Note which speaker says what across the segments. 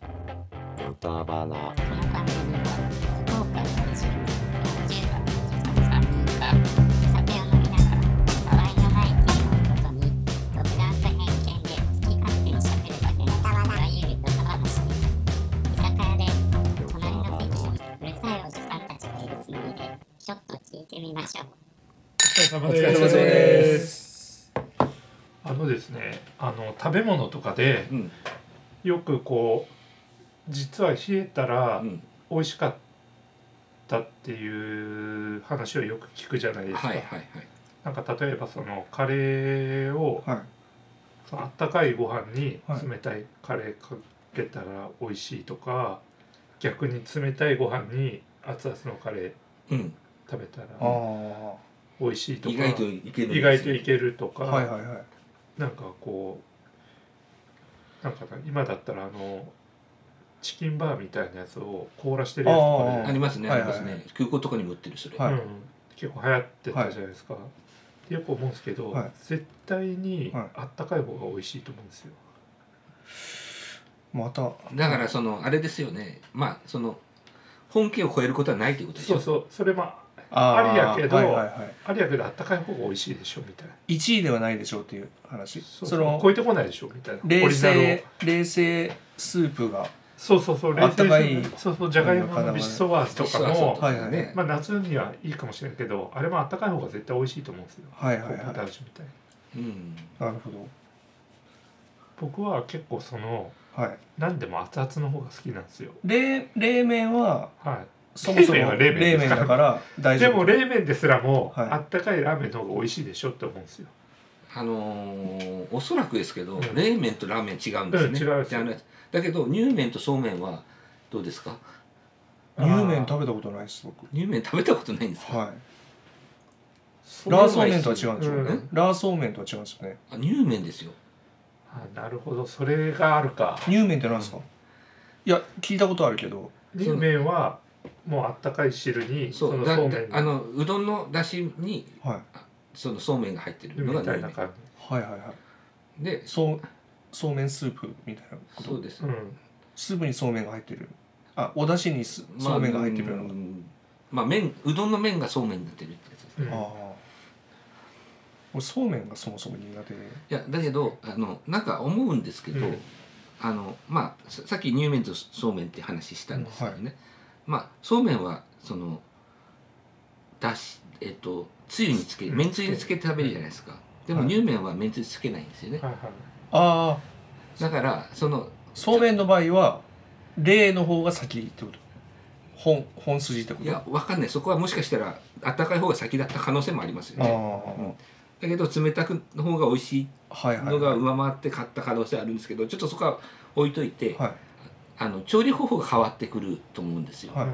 Speaker 1: センターバーナーこの番組は福岡に移住40代の3人が酒を飲みながら笑いのないテーマをもとに独断と偏見で好き勝手にしゃべるだけのいわゆるドタ話です居酒屋で隣の席にうるさいおじさんたちがいるつもりでちょっと聞いてみましょう
Speaker 2: お
Speaker 3: お疲れ様
Speaker 2: で。
Speaker 3: です
Speaker 2: あのですね、あの食べ物とかで
Speaker 3: うん
Speaker 2: よくこう実は冷えたら
Speaker 3: うん
Speaker 2: 美味しかったっていう話をよく聞くじゃないですか。
Speaker 3: はいはいはい
Speaker 2: なんか例えばそのカレーを
Speaker 4: はい。
Speaker 2: そのあったかいご飯に
Speaker 4: はい
Speaker 2: 冷たいカレーかけたら美味しいとか、逆に冷たいご飯に熱々のカレー
Speaker 3: うん
Speaker 2: 食べた
Speaker 4: あ
Speaker 2: ら
Speaker 4: あ。は
Speaker 2: 美味しいとか
Speaker 3: 意外といけるんですよ
Speaker 2: 意外といけるとか。
Speaker 4: いはいはい。
Speaker 2: なんかこうなんかな今だったらあのチキンバーみたいなやつを凍らしてるやつとか
Speaker 3: あ
Speaker 2: で、
Speaker 3: りますねあ
Speaker 4: はい
Speaker 3: り
Speaker 4: はい
Speaker 3: ま
Speaker 4: はい
Speaker 3: すね空港とかにも売ってるそれ
Speaker 4: はい
Speaker 2: うん、結構流行ってたじゃないですか、ってよく思うんですけど、
Speaker 4: はい
Speaker 2: 絶対に
Speaker 4: はい
Speaker 2: あったかい方が美味しいと思うんですよ、
Speaker 4: また。
Speaker 3: だからそのあれですよねまあその本家を超えることはないということでし
Speaker 2: そう
Speaker 3: ょ
Speaker 2: そうそれもあ
Speaker 4: あー
Speaker 2: ありやけど
Speaker 4: はいはいはい。
Speaker 2: ありやけどあったかい方が美味しいでしょみたいな
Speaker 4: 一位ではないでしょうっていう話。
Speaker 2: そ
Speaker 4: そうの
Speaker 2: 超えてこないでしょみたいなオ
Speaker 4: 冷
Speaker 2: リジナルを
Speaker 4: 製冷製スープが。
Speaker 2: そうそうそう
Speaker 4: あったかい
Speaker 2: 冷製そうそうじゃがいものビシソワーズとか
Speaker 3: そうそう
Speaker 2: も
Speaker 3: そう
Speaker 4: はいはい
Speaker 3: ね
Speaker 2: まあ、夏にはいいかもしれんけどあれもあったかい方が絶対美味しいと思うんですよ
Speaker 4: はいは
Speaker 2: ポ
Speaker 4: いは
Speaker 2: ップ
Speaker 4: い。
Speaker 2: タージュみたいな
Speaker 3: うん
Speaker 4: なるほど。
Speaker 2: 僕は結構その
Speaker 4: はい。
Speaker 2: 何でも熱々の方が好きなんですよ
Speaker 4: 冷冷麺は
Speaker 2: は
Speaker 4: そもそ
Speaker 2: 冷麺
Speaker 4: も
Speaker 2: は冷
Speaker 4: 冷
Speaker 2: 麺です
Speaker 4: 麺だから
Speaker 2: い
Speaker 4: 大丈
Speaker 2: で
Speaker 4: 夫。
Speaker 2: も冷麺ですらも、
Speaker 4: はい
Speaker 2: あったかいラーメンの方が美味しいでしょって思うんですよ
Speaker 3: あのーおそらくですけど
Speaker 2: うん
Speaker 3: 冷麺とラーメン違うんですね
Speaker 2: うん違うんですよ
Speaker 3: じゃあねだけど乳麺とそうめんはどうですか
Speaker 4: 乳麺食べたことないです僕。
Speaker 3: 乳麺食べたことないんですか
Speaker 4: はい。ラーソーメンとは違うんでしょう
Speaker 2: う
Speaker 4: ね
Speaker 2: ん。
Speaker 4: ラーソーメンとは違うんですよね。
Speaker 3: あ乳麺ですよ
Speaker 2: あなるほどそれがあるか
Speaker 4: 乳麺ってなんですか。いや聞いたことあるけど。
Speaker 2: 冷麺はもうあったかい汁にそ
Speaker 3: そう
Speaker 2: の
Speaker 3: だ
Speaker 2: そう
Speaker 3: だ
Speaker 2: めん
Speaker 3: あのうどんのだしに
Speaker 4: はい
Speaker 3: そのそうめんが入ってるのが
Speaker 2: み
Speaker 3: 乳
Speaker 2: たいな
Speaker 3: 麺
Speaker 2: 感
Speaker 4: はいはいはい。
Speaker 3: で
Speaker 4: そうそうめんスープみたいなこと。
Speaker 3: そうです
Speaker 2: じ、うん、
Speaker 4: スープにそうめんが入ってるあお出汁にすそうめんが入ってるような、
Speaker 3: んまあ麺うどんの麺がそうめんになってるってやつですね
Speaker 2: うん
Speaker 4: ああ俺そうめんがそもそも苦手で
Speaker 3: いやだけどあのなんか思うんですけど、
Speaker 2: うん
Speaker 3: あのまあささっき乳麺とそうめんって話したんですけどね、まあそうめんはそのだしえっとつゆにつけ
Speaker 2: うん
Speaker 3: めんつゆにつけて食べるじゃないですか、でも
Speaker 4: はい
Speaker 3: 乳麺はめんつゆつけないんですよね、
Speaker 2: はいはい
Speaker 4: ああ
Speaker 3: だからその
Speaker 4: そうめんの場合は例の方が先ってこと本本筋ってこ
Speaker 3: い
Speaker 4: と
Speaker 3: やわかんないそこはもしかしたらあったかい方が先だった可能性もありますよ
Speaker 4: あ
Speaker 3: ね
Speaker 4: あ、
Speaker 3: うんだけど冷たくの方が美味しい
Speaker 4: はいはい
Speaker 3: のが上回って買った可能性あるんですけどちょっとそこは置いといて、
Speaker 4: はい
Speaker 3: あの調理方法が変わってくると思うんですよ。
Speaker 4: はい
Speaker 2: うん、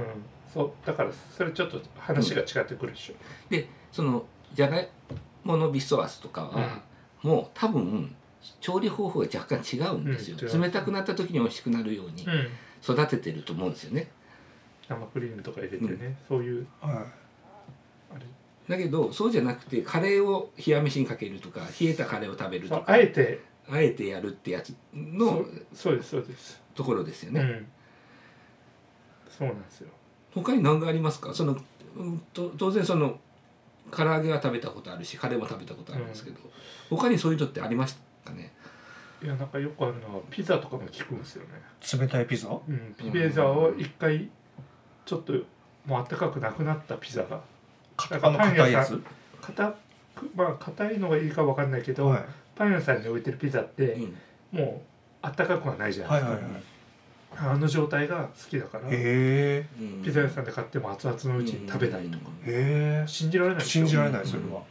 Speaker 2: そうだからそれちょっと話が違ってくるでしょ、
Speaker 3: でそのじゃがいものビソワスとかは、もう多分調理方法が若干違うんですよ、
Speaker 2: うん違う
Speaker 3: 冷たくなった時に美味しくなるように
Speaker 2: うん、
Speaker 3: 育ててると思うんですよね。
Speaker 2: 生クリームとか入れてね、そういう
Speaker 4: はい
Speaker 2: あれ
Speaker 3: だけどそうじゃなくてカレーを冷や飯にかけるとか冷えたカレーを食べる
Speaker 2: そ
Speaker 3: と
Speaker 2: う
Speaker 3: か
Speaker 2: あえて
Speaker 3: あえてやるってやつの
Speaker 2: そうそうですそうです、
Speaker 3: ところですよ
Speaker 2: う
Speaker 3: ね。
Speaker 2: ん、そうなんですよ
Speaker 3: 他に何がありますかその、うん、と当然その唐揚げは食べたことあるしカレーも食べたことあるんですけど、他にそういうのってありましたかね
Speaker 2: いやなんかよくあるのはピザとかも聞くんですよね、
Speaker 4: 冷たいピザ
Speaker 2: うん、ピピザを一回ちょっともうあったかくなくなったピザがなん
Speaker 4: かあ
Speaker 2: か
Speaker 4: の
Speaker 2: パン
Speaker 4: 硬い
Speaker 2: 屋
Speaker 4: や
Speaker 2: さん
Speaker 4: つ
Speaker 2: 硬くまあ硬いのがいいかわかんないけど、
Speaker 4: はい
Speaker 2: パン屋さんに置いてるピザって
Speaker 3: うん
Speaker 2: もうあったかくはないじゃな
Speaker 4: はいい
Speaker 2: で
Speaker 4: は
Speaker 2: す
Speaker 4: い
Speaker 2: か、
Speaker 4: はい
Speaker 2: あの状態が好きだから、
Speaker 4: へ
Speaker 3: うん
Speaker 2: ピザ屋さんで買っても熱々のうちに食べないとか、
Speaker 4: えへ
Speaker 2: 信じられない
Speaker 4: え
Speaker 2: でしょ
Speaker 4: 信じられないそれは、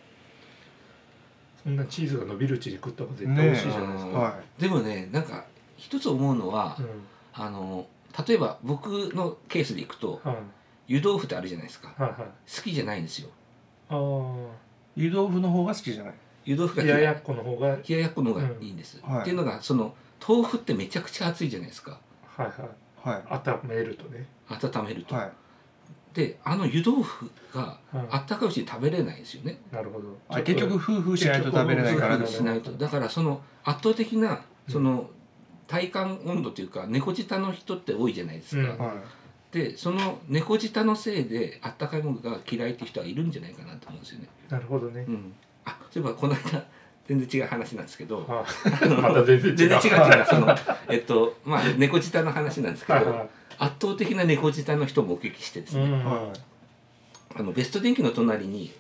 Speaker 2: そんなチーズが伸びるうちに食った方が絶対美味しいじゃないですか、
Speaker 3: ね
Speaker 4: は
Speaker 3: でもねなんか一つ思うのは、
Speaker 2: うん
Speaker 3: あの例えば僕のケースでいくと
Speaker 2: はい
Speaker 3: 湯豆腐ってあるじゃないですか好
Speaker 2: はいはい
Speaker 3: きじゃないんですよ
Speaker 2: あー
Speaker 4: い湯豆腐の方が好きじゃない
Speaker 3: 湯豆腐が
Speaker 2: 冷
Speaker 3: 冷や
Speaker 2: ややっこの方がはい
Speaker 3: 冷ややっこの方がいいんです、
Speaker 4: うんはい
Speaker 3: っていうのがその豆腐ってめちゃくちゃ熱いじゃないですか
Speaker 2: はい
Speaker 4: はい
Speaker 2: 温めるとね、
Speaker 3: 温めると、
Speaker 4: はい
Speaker 3: であの湯豆腐が
Speaker 2: はい
Speaker 3: あったかいうちに食べれないんですよね
Speaker 2: なるほど
Speaker 4: あ結局夫婦しないと食べれないから
Speaker 3: 夫
Speaker 4: で
Speaker 3: 婦
Speaker 4: す
Speaker 3: しないとだからその圧倒的な
Speaker 2: うん
Speaker 3: その、体感温度というか猫舌の人って多いじゃないですか、
Speaker 2: うん
Speaker 4: は
Speaker 3: でその猫舌のせいであったかいものが嫌いって人はいるんじゃないかなと思うんですよね、
Speaker 2: なるほどね
Speaker 3: う。ん、あそういえばこの間全然違う話なんですけど
Speaker 2: は
Speaker 3: あの
Speaker 2: い。また全然
Speaker 3: 全
Speaker 2: 違
Speaker 3: 然
Speaker 2: う。
Speaker 3: 違う違う
Speaker 2: はい
Speaker 3: そのえっとまあ猫舌の話なんですけ
Speaker 2: はい
Speaker 3: ど
Speaker 2: は
Speaker 3: 圧倒的な猫舌の人を目撃してです
Speaker 2: い。う
Speaker 3: ね、
Speaker 2: ん
Speaker 4: いは
Speaker 3: あのベスト電気の隣に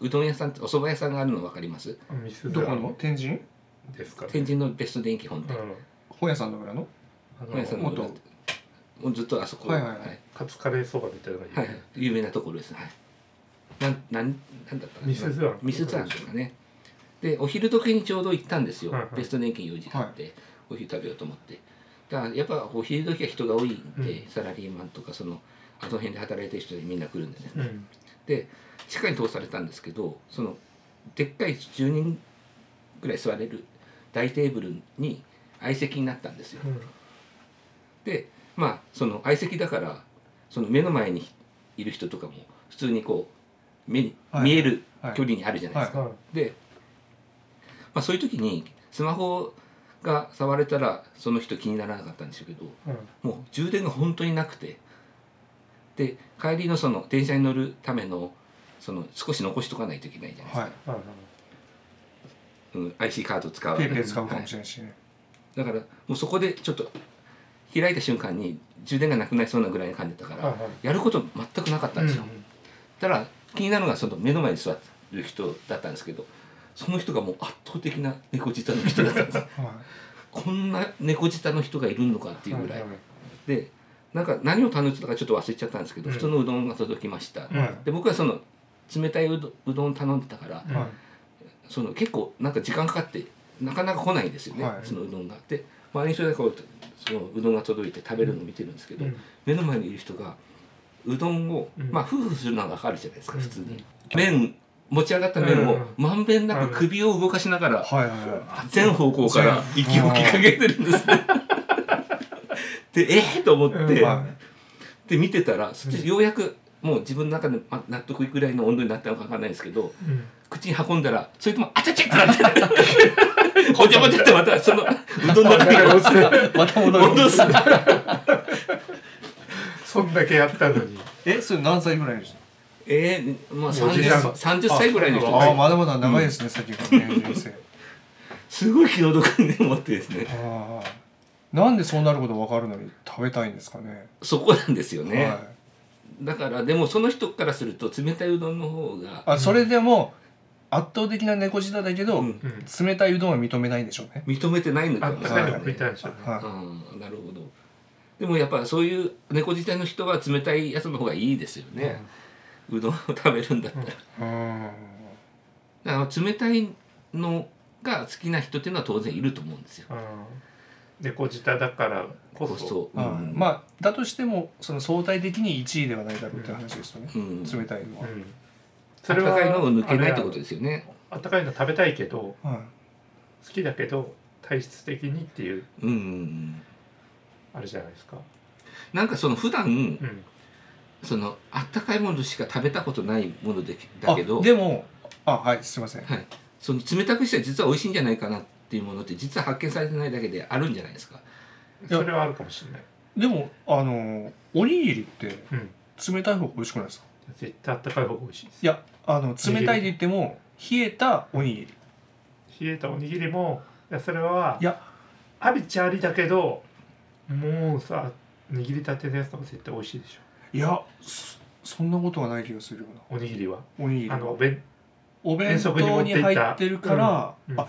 Speaker 3: うどん屋さんお蕎麦屋さんがあるの分かります
Speaker 2: ミス
Speaker 4: い
Speaker 2: ド
Speaker 4: ど
Speaker 2: ラ
Speaker 4: この天神
Speaker 2: ですかね。
Speaker 3: 天神のベスト電気本
Speaker 2: う
Speaker 3: 店
Speaker 2: ん。
Speaker 4: 本屋さんの裏の
Speaker 2: あ
Speaker 3: 本屋さん
Speaker 2: の
Speaker 3: の裏もうずっとあそこ
Speaker 4: はいはいはい
Speaker 2: カツカレーそばみたいなのが
Speaker 3: はい
Speaker 2: いね
Speaker 3: 有名なところですはいなんなんなんだったかな
Speaker 2: ミスズラン。
Speaker 3: ミスズランとかねでお昼時にちょうど行ったんですよ、
Speaker 2: はいはい
Speaker 3: ベスト年金4時間あって、お昼食べようと思ってだからやっぱお昼時は人が多いんで、
Speaker 2: う
Speaker 3: サラリーマンとかそのあの辺で働いてる人でみんな来るんでね
Speaker 2: うん。
Speaker 3: 地下に通されたんですけどそのでっかい10人ぐらい座れる大テーブルに相席になったんですよ
Speaker 2: うん
Speaker 3: でまあその相席だからその目の前にいる人とかも普通にこう目に
Speaker 4: はい
Speaker 3: 見える
Speaker 4: はい
Speaker 3: 距離にあるじゃないですか、
Speaker 2: は
Speaker 3: で、まあ、そういう時にスマホが触れたらその人気にならなかったんでしょうけど
Speaker 2: い。うん
Speaker 3: もう充電が本当になくてで帰りのその電車に乗るためのその少し残しとかないといけないじゃないですか、
Speaker 4: はい
Speaker 2: はいはい。
Speaker 3: うん、IC カード使う
Speaker 4: ペイペイ使うかも
Speaker 3: は
Speaker 4: しれないしね
Speaker 3: いだからもうそこでちょっと開いた瞬間に充電がなくなりそうなぐらいに感じたから、
Speaker 2: はいはい
Speaker 3: やること全くなかったんですよ、ただ気になるのがその目の前に座る人だったんですけどその人がもう圧倒的な猫舌の人だったんです
Speaker 4: は
Speaker 3: こんな猫舌の人がいるのかっていうぐらい、
Speaker 2: はは
Speaker 3: でなんか何を頼んでたかちょっと忘れちゃったんですけど、
Speaker 2: うん
Speaker 3: 普通のうどんが届きました、
Speaker 2: うん
Speaker 4: はい
Speaker 3: で僕はその冷たいうどうどんを頼んでたから、
Speaker 2: うん
Speaker 4: はい
Speaker 3: その結構なんか時間かかってなかなか来ないんですよね、
Speaker 4: はい
Speaker 3: そのうどんが。で周りの人がこうそのうどんが届いて食べるのを見てるんですけど、
Speaker 2: うん
Speaker 3: 目の前にいる人がうどんを、
Speaker 2: うん
Speaker 3: まあ夫婦するのは分かるじゃないですか普通に、
Speaker 2: うん
Speaker 3: 麺持ち上がった麺を
Speaker 2: うん
Speaker 3: まんべんなく首を動かしながら、
Speaker 4: はいはいは
Speaker 3: 全方向から息を吹きかけてるんですね。でえー、と思って、
Speaker 4: いは
Speaker 3: で見てたらそしてようやくもう自分の中でま納得いくぐらいの温度になったのか分かんないですけど
Speaker 2: うん
Speaker 3: 口に運んだらそれともあちゃちゃってなってほちゃほちゃってまたそのうどんの中に
Speaker 4: いまた戻 る
Speaker 3: 戻す
Speaker 2: そんだけやったのに。
Speaker 4: えそれ何歳ぐらいでした
Speaker 3: えー、まあ
Speaker 2: おじいさん
Speaker 3: 30, 30歳ぐらいの人
Speaker 2: は
Speaker 4: あ
Speaker 2: い
Speaker 4: あまだまだ長いですね先がね人生
Speaker 3: すごい気の毒に思ってですね
Speaker 4: ああなんでそうなること分かるのに食べたいんですかね
Speaker 3: そこなんですよね、
Speaker 4: はい
Speaker 3: だからでもその人からすると冷たいうどんの方が
Speaker 4: あそれでも圧倒的な猫舌だけど、
Speaker 3: うん
Speaker 2: うん
Speaker 4: 冷たいうどんは認めないんでしょうね
Speaker 3: 認めてないの
Speaker 2: あ
Speaker 3: か
Speaker 2: っ
Speaker 3: も
Speaker 2: た
Speaker 3: し
Speaker 2: か
Speaker 3: れ
Speaker 2: い
Speaker 3: な
Speaker 2: の
Speaker 3: い
Speaker 2: 食いたいんでしょうね。
Speaker 4: は
Speaker 3: うんなるほどでもやっぱそういう猫自体の人は冷たいやつの方がいいですよね、うどんを食べるんだったら,、
Speaker 4: いうん
Speaker 3: だから冷たいのが好きな人っていうのは当然いると思うんですよ
Speaker 2: うん。猫舌だからこ
Speaker 3: そう
Speaker 2: そ。
Speaker 3: そう、
Speaker 4: はい
Speaker 3: うん
Speaker 4: まあだとしてもその相対的に1位ではないだろうって話ですよね、
Speaker 3: うん、
Speaker 4: 冷たいのは
Speaker 2: う、ん。
Speaker 3: それは高いのを抜けないってこと
Speaker 2: で
Speaker 3: ですよね
Speaker 2: あったかいの食べたいけど、
Speaker 4: はい
Speaker 2: 好きだけど体質的にっていう
Speaker 3: うん
Speaker 2: あれじゃないですか。
Speaker 3: なんかその普段、
Speaker 2: うん。
Speaker 3: そのあったかいものしか食べたことないものでだ
Speaker 4: あ
Speaker 3: けど
Speaker 4: でもあはいすいません
Speaker 3: はい、その冷たくしたら実は美味しいんじゃないかなっていうものって実は発見されてないだけであるんじゃないですか
Speaker 4: や
Speaker 2: それはあるかもしれない。
Speaker 4: でもあのおにぎりって
Speaker 2: うん。
Speaker 4: 冷たい方が美味しくないですか
Speaker 2: 絶対あったかい方が美味しいです。
Speaker 4: いやあの冷たいで言っても冷えたおにぎり
Speaker 2: 冷えたおにぎりもいやそれはい
Speaker 4: や
Speaker 2: ありっちゃありだけどもうさ握りたてのやつの方が絶対美味しいでし
Speaker 4: いやそそんなことはない気がするような
Speaker 2: ょおにぎりは
Speaker 4: おにぎり
Speaker 2: あ
Speaker 4: は
Speaker 2: のお弁
Speaker 4: お弁当に入ってるから、
Speaker 2: 遠足に持っていったうんうん
Speaker 4: あ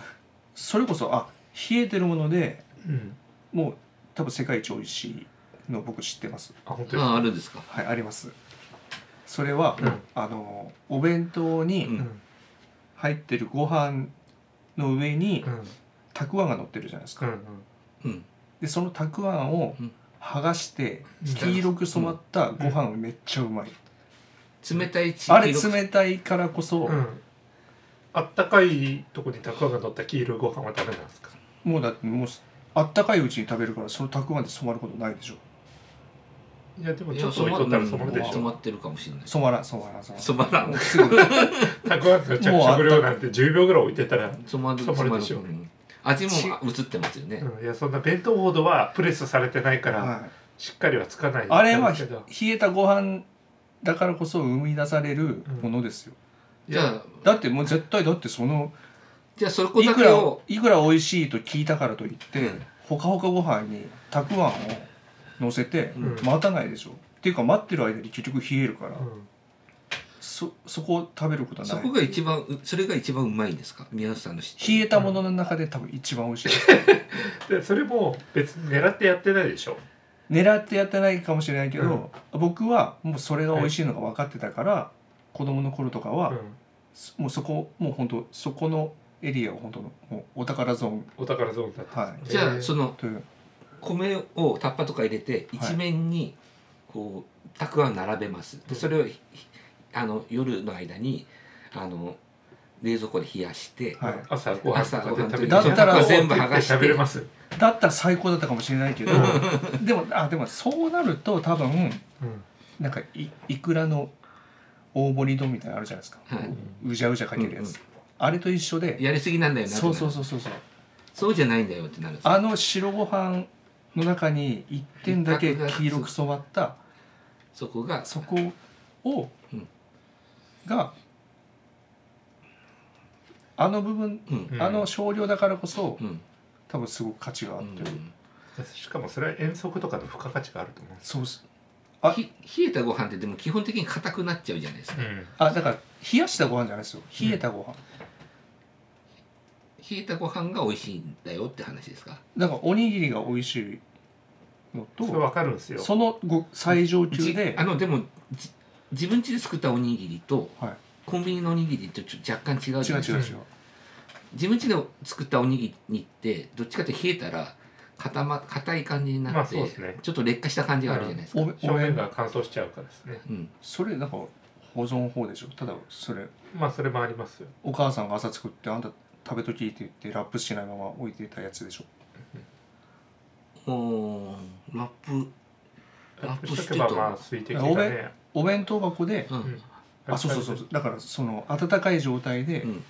Speaker 4: それこそあ冷えてるもので
Speaker 2: うん
Speaker 4: もう多分世界一美味しいの僕知ってます
Speaker 2: あ本当です
Speaker 3: あああるんですか
Speaker 4: はいありますそれは、
Speaker 2: うん
Speaker 4: あのお弁当
Speaker 3: う
Speaker 4: に
Speaker 3: ん
Speaker 4: 入ってるご飯の上に
Speaker 2: うん
Speaker 4: たくあんが乗ってるじゃないです
Speaker 2: う
Speaker 4: か、
Speaker 2: ん
Speaker 3: うん
Speaker 4: でそのたくあんを
Speaker 3: うん
Speaker 4: 剥がして、
Speaker 2: うん
Speaker 4: 黄色く染まったご飯めっちゃうまい、
Speaker 3: 冷たい地
Speaker 4: あれ
Speaker 3: 色
Speaker 4: 冷たいからこそ、
Speaker 2: うんうんあったかいとこにたくあんが乗った黄色いご飯はダメなんですか
Speaker 4: もうだってもうあったかいうちに食べるからそのたくあんで染まることないでしょ
Speaker 2: いやでも
Speaker 3: い
Speaker 2: ちょ
Speaker 3: や
Speaker 2: っと置いとったらそ
Speaker 3: 染
Speaker 2: まる
Speaker 3: まる
Speaker 2: で
Speaker 3: でし
Speaker 2: し
Speaker 3: ょ染ま
Speaker 2: ょ
Speaker 3: ってるかもしれない
Speaker 4: 染まらん染まらん染まらん
Speaker 3: 染まらん
Speaker 4: もうすぐ
Speaker 2: たくあんの着
Speaker 4: もうあった
Speaker 2: 色なんて10秒ぐらい置いてたら
Speaker 3: 染まる
Speaker 2: 染まるでしょ
Speaker 3: 染まる味も映ってますよね、
Speaker 2: うんいやそんな弁当ほどはプレスされてないから、
Speaker 4: はい
Speaker 2: しっかりはつかない
Speaker 4: あれは
Speaker 2: け
Speaker 4: ひ
Speaker 2: ど
Speaker 4: 冷えたご飯だからこそ生み出されるものですよ、
Speaker 3: じゃあ
Speaker 4: だってもう絶対だってその
Speaker 3: じゃあそこ
Speaker 4: い
Speaker 3: だ
Speaker 4: く
Speaker 3: け
Speaker 4: ら
Speaker 3: を
Speaker 4: いくら美味しいと聞いたからといって、
Speaker 3: うん
Speaker 4: ほかほかご飯にたくあんを乗せて
Speaker 2: うん
Speaker 4: 待たないでしょ、っていうか待ってる間に結局冷えるから、
Speaker 2: うん
Speaker 4: そそこを食べることは
Speaker 3: そ
Speaker 4: ない
Speaker 3: こが一番うそれが一番うまいんですか宮内さんの知ってる
Speaker 4: 冷えたものの中で多分一番美味しい、
Speaker 2: でそれも別に狙ってやってないでしょ
Speaker 4: 狙ってやってないかもしれないけど、僕はもうそれが美味しいのが分かってたから、子供の頃とかは、
Speaker 2: うん
Speaker 4: そもうそこもう本当そこのエリアを本当のもうお宝ゾーン
Speaker 2: お宝ゾーンだった
Speaker 4: は
Speaker 2: んで
Speaker 4: い
Speaker 2: す
Speaker 3: じ
Speaker 2: ね
Speaker 3: ゃあその
Speaker 4: という
Speaker 3: 米をタッパとか入れて
Speaker 4: はい
Speaker 3: 一面にこうたくあん並べます
Speaker 2: う
Speaker 3: で
Speaker 2: ん
Speaker 3: それをひあの夜の間にあの冷蔵庫で冷やして、
Speaker 4: はい
Speaker 2: 朝ご飯とかで食べて
Speaker 4: 朝ご飯とだったら
Speaker 3: 全部剥がして
Speaker 2: 食べれます、
Speaker 4: だったら最高だったかもしれないけどでもあでもそうなると多分
Speaker 2: うん
Speaker 4: なんかいいくらの大盛り丼みたいなのあるじゃないですか、
Speaker 3: はいう
Speaker 4: じゃうじゃかけるやつ、あれと一緒で
Speaker 3: やりすぎなんだよなってな
Speaker 4: そう
Speaker 3: る
Speaker 4: そうそうそうそう
Speaker 3: そうじゃないんだよってなるんです
Speaker 4: あの白ご飯の中に一点だけ黄色く染まった
Speaker 3: そこが
Speaker 4: そこを、
Speaker 3: うん
Speaker 4: があの部分
Speaker 3: うん
Speaker 2: うん
Speaker 4: あの少量だからこそ、
Speaker 3: うん
Speaker 4: 多分すごく価値があっ
Speaker 3: う
Speaker 4: て、
Speaker 3: ん
Speaker 2: しかもそれは遠足とかの付加価値があると思うんです
Speaker 4: そうっすあ
Speaker 3: ひ冷えたご飯ってでも基本的に硬くなっちゃうじゃないですか、
Speaker 2: うん
Speaker 4: あだから冷やしたご飯じゃないですよ冷えたご飯、
Speaker 3: 冷えたご飯が美味しいんだよって話ですか
Speaker 4: だからおにぎりが美味しいの
Speaker 2: それ
Speaker 4: と
Speaker 2: わかるんですよ
Speaker 4: そのご最上級
Speaker 3: じ
Speaker 4: で
Speaker 3: あのでもじ自分家で作ったおにぎりと、
Speaker 4: はい
Speaker 3: コンビニのおにぎりとちょ若干違うじ
Speaker 4: 違
Speaker 3: ゃ
Speaker 4: う
Speaker 3: ないです
Speaker 4: 違
Speaker 3: か
Speaker 4: う違う
Speaker 3: 自分家で作ったおにぎりってどっちかって冷えたら固ま硬い感じに
Speaker 2: ま
Speaker 3: な
Speaker 2: あ
Speaker 3: って、
Speaker 2: そうですね
Speaker 3: ちょっと劣化した感じがあるじゃないですか、
Speaker 4: お
Speaker 2: 表
Speaker 4: 俺
Speaker 2: 面が乾燥しちゃうからですね
Speaker 3: うん
Speaker 4: それなんか保存法でしょただそれ
Speaker 2: まあそれもありますよ
Speaker 4: お母さんが朝作ってあんた食べときって言ってラップしないまま置いてたやつでしょ
Speaker 3: おーラップラップして
Speaker 2: しと
Speaker 3: た
Speaker 2: けばまあ水滴が
Speaker 4: 欧米
Speaker 2: ね
Speaker 4: お弁当箱で
Speaker 3: うん、
Speaker 2: ん
Speaker 4: あそうそうそうそうだからその温かい状態で
Speaker 3: うん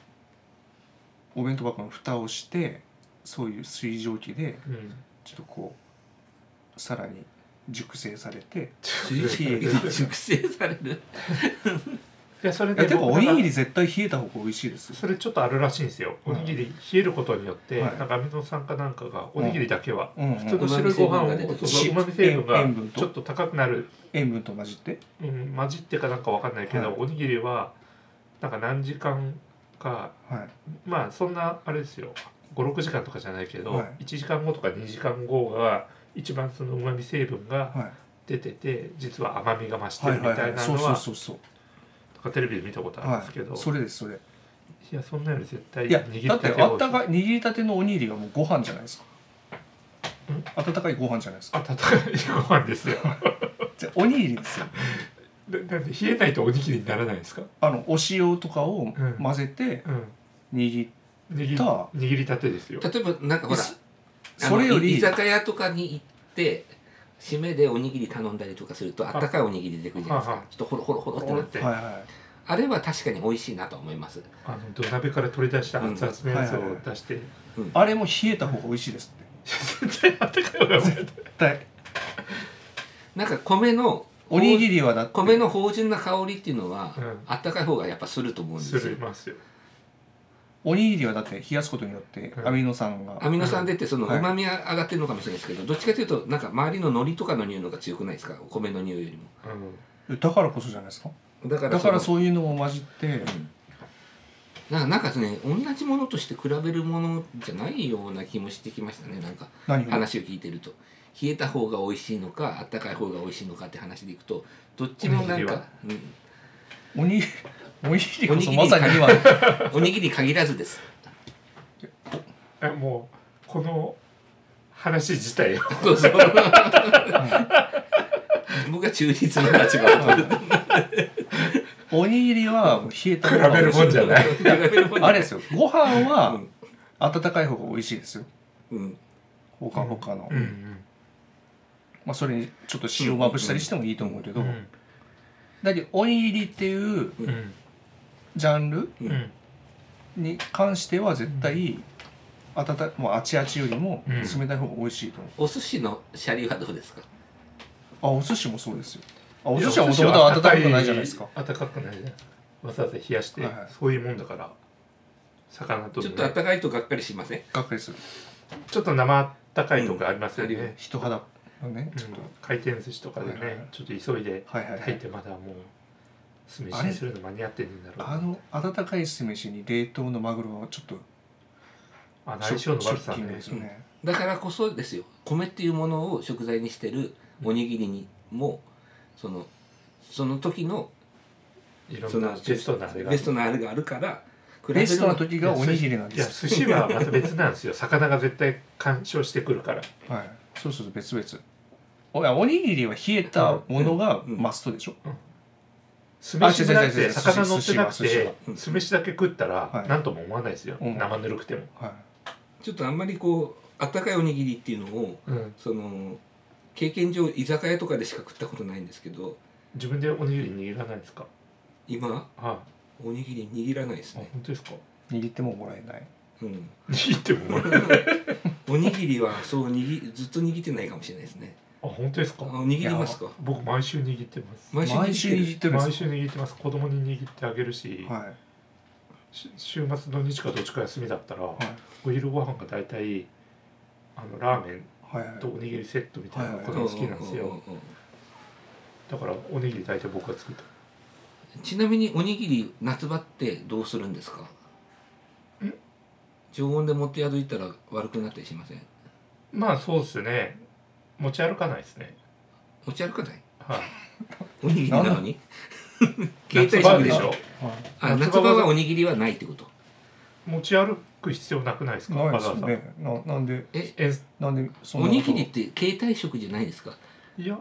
Speaker 4: お弁当箱の蓋をしてそういう水蒸気で
Speaker 2: うん
Speaker 4: ちょっとこうさらに熟成されて
Speaker 3: 水蒸気 で熟成される
Speaker 2: いやそれ
Speaker 4: いや
Speaker 2: で
Speaker 4: でも
Speaker 2: 僕
Speaker 4: お
Speaker 2: なんか
Speaker 4: にぎり絶対冷えた方が美味しいですよ
Speaker 2: それちょっとあるらしいんですよおにぎり冷えることによって、
Speaker 4: はい
Speaker 2: なんかアミノ酸かなんかがおにぎりだけは、
Speaker 4: うんうん
Speaker 2: 普通の白いご飯を
Speaker 3: うまみ成分が出てく
Speaker 2: そ
Speaker 3: る
Speaker 2: うそううまみ成分が
Speaker 4: 塩分と
Speaker 2: ちょっと高くなる、
Speaker 4: 塩分と混じって
Speaker 2: うん、混じってかなんかわかんないけど、
Speaker 4: はい
Speaker 2: おにぎりはなんか何時間か
Speaker 4: はい
Speaker 2: まあそんなあれですよ56時間とかじゃないけど、
Speaker 4: はい
Speaker 2: 1時間後とか2時間後が一番そのうまみ成分が
Speaker 4: はい
Speaker 2: 出てて実は甘みが増して
Speaker 4: は
Speaker 2: る
Speaker 4: い
Speaker 2: み
Speaker 4: は
Speaker 2: た
Speaker 4: い
Speaker 2: い
Speaker 4: はい
Speaker 2: な
Speaker 4: そう
Speaker 2: の
Speaker 4: そう
Speaker 2: は
Speaker 4: そうそう
Speaker 2: とかテレビで見たことあるん
Speaker 4: は
Speaker 2: ですけど、
Speaker 4: い
Speaker 2: い、
Speaker 4: それですそれ
Speaker 2: やそんなより絶対
Speaker 4: いや
Speaker 2: 握り
Speaker 4: だったて
Speaker 2: て
Speaker 4: あったかい握りたてのおにぎりがもうご飯じゃないですか
Speaker 2: ん
Speaker 4: 温かいご飯じゃないですか
Speaker 2: 温かいご飯 ですよ
Speaker 4: じゃあおにぎりですよ
Speaker 2: ななんで冷えないとおにぎりにならないんですか、
Speaker 4: あのお塩とかを
Speaker 2: うん
Speaker 4: 混ぜて
Speaker 2: うん、
Speaker 4: 握って
Speaker 2: 握り
Speaker 4: た
Speaker 2: 握りたてですよ
Speaker 3: 例えばなんかほら
Speaker 4: す
Speaker 3: あの
Speaker 4: それよ
Speaker 3: い居
Speaker 4: り
Speaker 3: 酒屋とかに行って締めでおにぎり頼んだりとかするとあったかいおにぎり出てくるじゃないです
Speaker 2: はい
Speaker 3: かちょっとホロホロホロってなって
Speaker 4: はいは
Speaker 3: あれは確かに美味しいなと思います
Speaker 2: あの土鍋から取り出した熱々のやつを出して、
Speaker 4: い、あれも冷えた方が美味しいですって
Speaker 2: 絶対あったかいわ
Speaker 4: 絶対
Speaker 3: なんか米の
Speaker 4: おにぎりはだって
Speaker 3: 米の芳醇な香りっていうのは、
Speaker 2: うん
Speaker 3: あったかい方がやっぱすると思うんです
Speaker 2: す
Speaker 3: よ
Speaker 2: るますよ、
Speaker 4: おにぎりはだって冷やすことによって
Speaker 2: うん
Speaker 4: アミノ酸が、
Speaker 3: アミノ酸出てそのう
Speaker 4: はい
Speaker 3: まみが上がってるのかもしれないですけど、どっちかというとなんか周りの海苔とかの匂いの方が強くないですかお米の匂いよりも
Speaker 2: う
Speaker 4: だからこそじゃないですか
Speaker 3: だから
Speaker 4: だから
Speaker 3: う、
Speaker 4: そういうのも混じって
Speaker 3: うん、なんかなんかね同じものとして比べるものじゃないような気もしてきましたねなんか
Speaker 4: 何を
Speaker 3: 話を聞いてると冷えた方が美味しいのかあったかい方が美味しいのかって話でいくとどっちもなんか
Speaker 4: おに おにぎりこそ
Speaker 3: おにぎり
Speaker 4: まさに今
Speaker 3: うんおにぎり限らずです
Speaker 2: ん、えもうこの話自体を
Speaker 3: そうそう僕が中立の立場を取る
Speaker 4: おにぎりは冷えた
Speaker 2: 比
Speaker 4: 方
Speaker 2: べ
Speaker 4: が美
Speaker 2: る
Speaker 4: 味し
Speaker 2: もんじゃない
Speaker 3: 比べるもん
Speaker 4: い
Speaker 3: じゃ
Speaker 4: あ
Speaker 3: な
Speaker 4: れ
Speaker 3: い
Speaker 4: ですよご飯
Speaker 3: う
Speaker 4: は
Speaker 3: ん
Speaker 4: 温かい方が美味しいですよ
Speaker 3: うん
Speaker 4: ほかほかの、
Speaker 2: うんうん
Speaker 4: まあ、それにちょっと塩まぶしたりしてもいいと思うけ
Speaker 2: う
Speaker 4: ど、
Speaker 2: ん
Speaker 4: だけどおにぎりっていう
Speaker 2: うん
Speaker 4: ジャンル
Speaker 2: うん
Speaker 4: に関しては絶対温かもうあちあちよりも
Speaker 2: うん
Speaker 4: 冷たい方が美味しいと思う、
Speaker 3: お寿司のシャリはどうですか
Speaker 4: あお寿司もそうですよあお寿司はもともと温かくないじゃないですか
Speaker 2: 温かくないじゃないわざわざ冷やして、
Speaker 4: はいはい
Speaker 2: そういうもんだから魚と、
Speaker 3: ち
Speaker 2: ね、
Speaker 3: ょっと温かいとがっかりしません
Speaker 4: がっかりする
Speaker 2: ちょっと生あったかいとこありますよね、
Speaker 3: うんある
Speaker 4: 人肌のねちょっと、
Speaker 2: うん回転寿司とかでね、
Speaker 4: はいはいはい
Speaker 2: ちょっと急いで
Speaker 4: はいはいはい、
Speaker 2: 入ってまだもう酢飯にするの間に合ってんだろう
Speaker 4: あの温かい酢飯に冷凍のマグロはちょっと
Speaker 2: あの相性の悪
Speaker 4: ショ
Speaker 2: さ
Speaker 4: ッキング
Speaker 2: ね
Speaker 4: ですよね、
Speaker 3: だからこそですよ米っていうものを食材にしてるおにぎりにもそのその時の
Speaker 2: いろ
Speaker 3: そ
Speaker 2: ん
Speaker 3: の
Speaker 2: なベストなあれが
Speaker 3: ベストなあれがあるから比べ
Speaker 4: ベ
Speaker 3: る
Speaker 4: ストの時がおにぎりなん
Speaker 2: い
Speaker 4: で
Speaker 2: や
Speaker 4: す
Speaker 2: 寿司はまた別なん ですよ魚が絶対干渉してくるから
Speaker 4: はい、そうそうそう別々おいやおにぎりは冷えたものが
Speaker 3: うんうん
Speaker 4: マストでしょ、
Speaker 2: 酢飯もだっ
Speaker 4: 違う違う違
Speaker 2: て
Speaker 4: う
Speaker 2: 魚乗ってなく
Speaker 4: 寿司は
Speaker 2: て
Speaker 3: 寿司は
Speaker 2: 酢飯だけ食った
Speaker 4: は
Speaker 2: ら
Speaker 4: い
Speaker 2: なんとも思わないですよ、
Speaker 4: うん
Speaker 2: 生ぬるくても、
Speaker 4: はい、
Speaker 3: ちょっとあんまりこうあったかいおにぎりっていうのをその経験上居酒屋とかでしか食ったことないんですけど
Speaker 2: 自分でおにぎり握らないんですか
Speaker 3: 今
Speaker 2: はい、
Speaker 3: おにぎり握らないです
Speaker 2: あ
Speaker 3: ね、
Speaker 2: 本当ですか
Speaker 4: 握ってももらえない
Speaker 3: うん、
Speaker 2: 握ってもらえない
Speaker 3: おにぎりはそう握りずっと握ってないかもしれないですね
Speaker 2: あ本当です
Speaker 3: あ
Speaker 2: か
Speaker 3: 握りますか
Speaker 2: 僕毎週握ってます
Speaker 3: 毎週
Speaker 4: 毎週
Speaker 3: 握っ
Speaker 4: 握ってるんです
Speaker 2: 毎週握ってます子供に握ってあげるし、
Speaker 4: はいはい
Speaker 2: し週末土日かどっちか休みだったら、お昼ご飯が大体あのラーメン
Speaker 4: はいはい
Speaker 2: とおにぎりセットみたいなのが子
Speaker 3: てる
Speaker 2: 供好きなんですよ、
Speaker 3: うううんうん
Speaker 2: だからおにぎり大体僕が作った
Speaker 3: ちなみにおにぎり夏場ってどうするんですか
Speaker 2: ん
Speaker 3: 常温で持って歩いたら悪くなったりしません
Speaker 2: まあそうですね持ち歩かないですね
Speaker 3: 持ち歩かない
Speaker 2: はい、
Speaker 3: おにぎりなのに
Speaker 2: 夏場
Speaker 3: 携帯食
Speaker 2: で
Speaker 3: で
Speaker 2: し
Speaker 3: し
Speaker 2: ょ
Speaker 3: ょ
Speaker 4: は
Speaker 3: あ
Speaker 2: 夏場
Speaker 3: 夏
Speaker 2: は
Speaker 3: 場はおにぎりはないってこと
Speaker 2: 持ち歩く必要なくないです
Speaker 4: い
Speaker 2: か
Speaker 4: ない
Speaker 2: わ
Speaker 4: で
Speaker 2: ざ
Speaker 4: す
Speaker 2: わざ
Speaker 4: ねななんで
Speaker 3: え
Speaker 2: え
Speaker 4: なんでそん
Speaker 3: お
Speaker 4: なこと
Speaker 3: にぎりって携帯食じゃないですか
Speaker 2: いや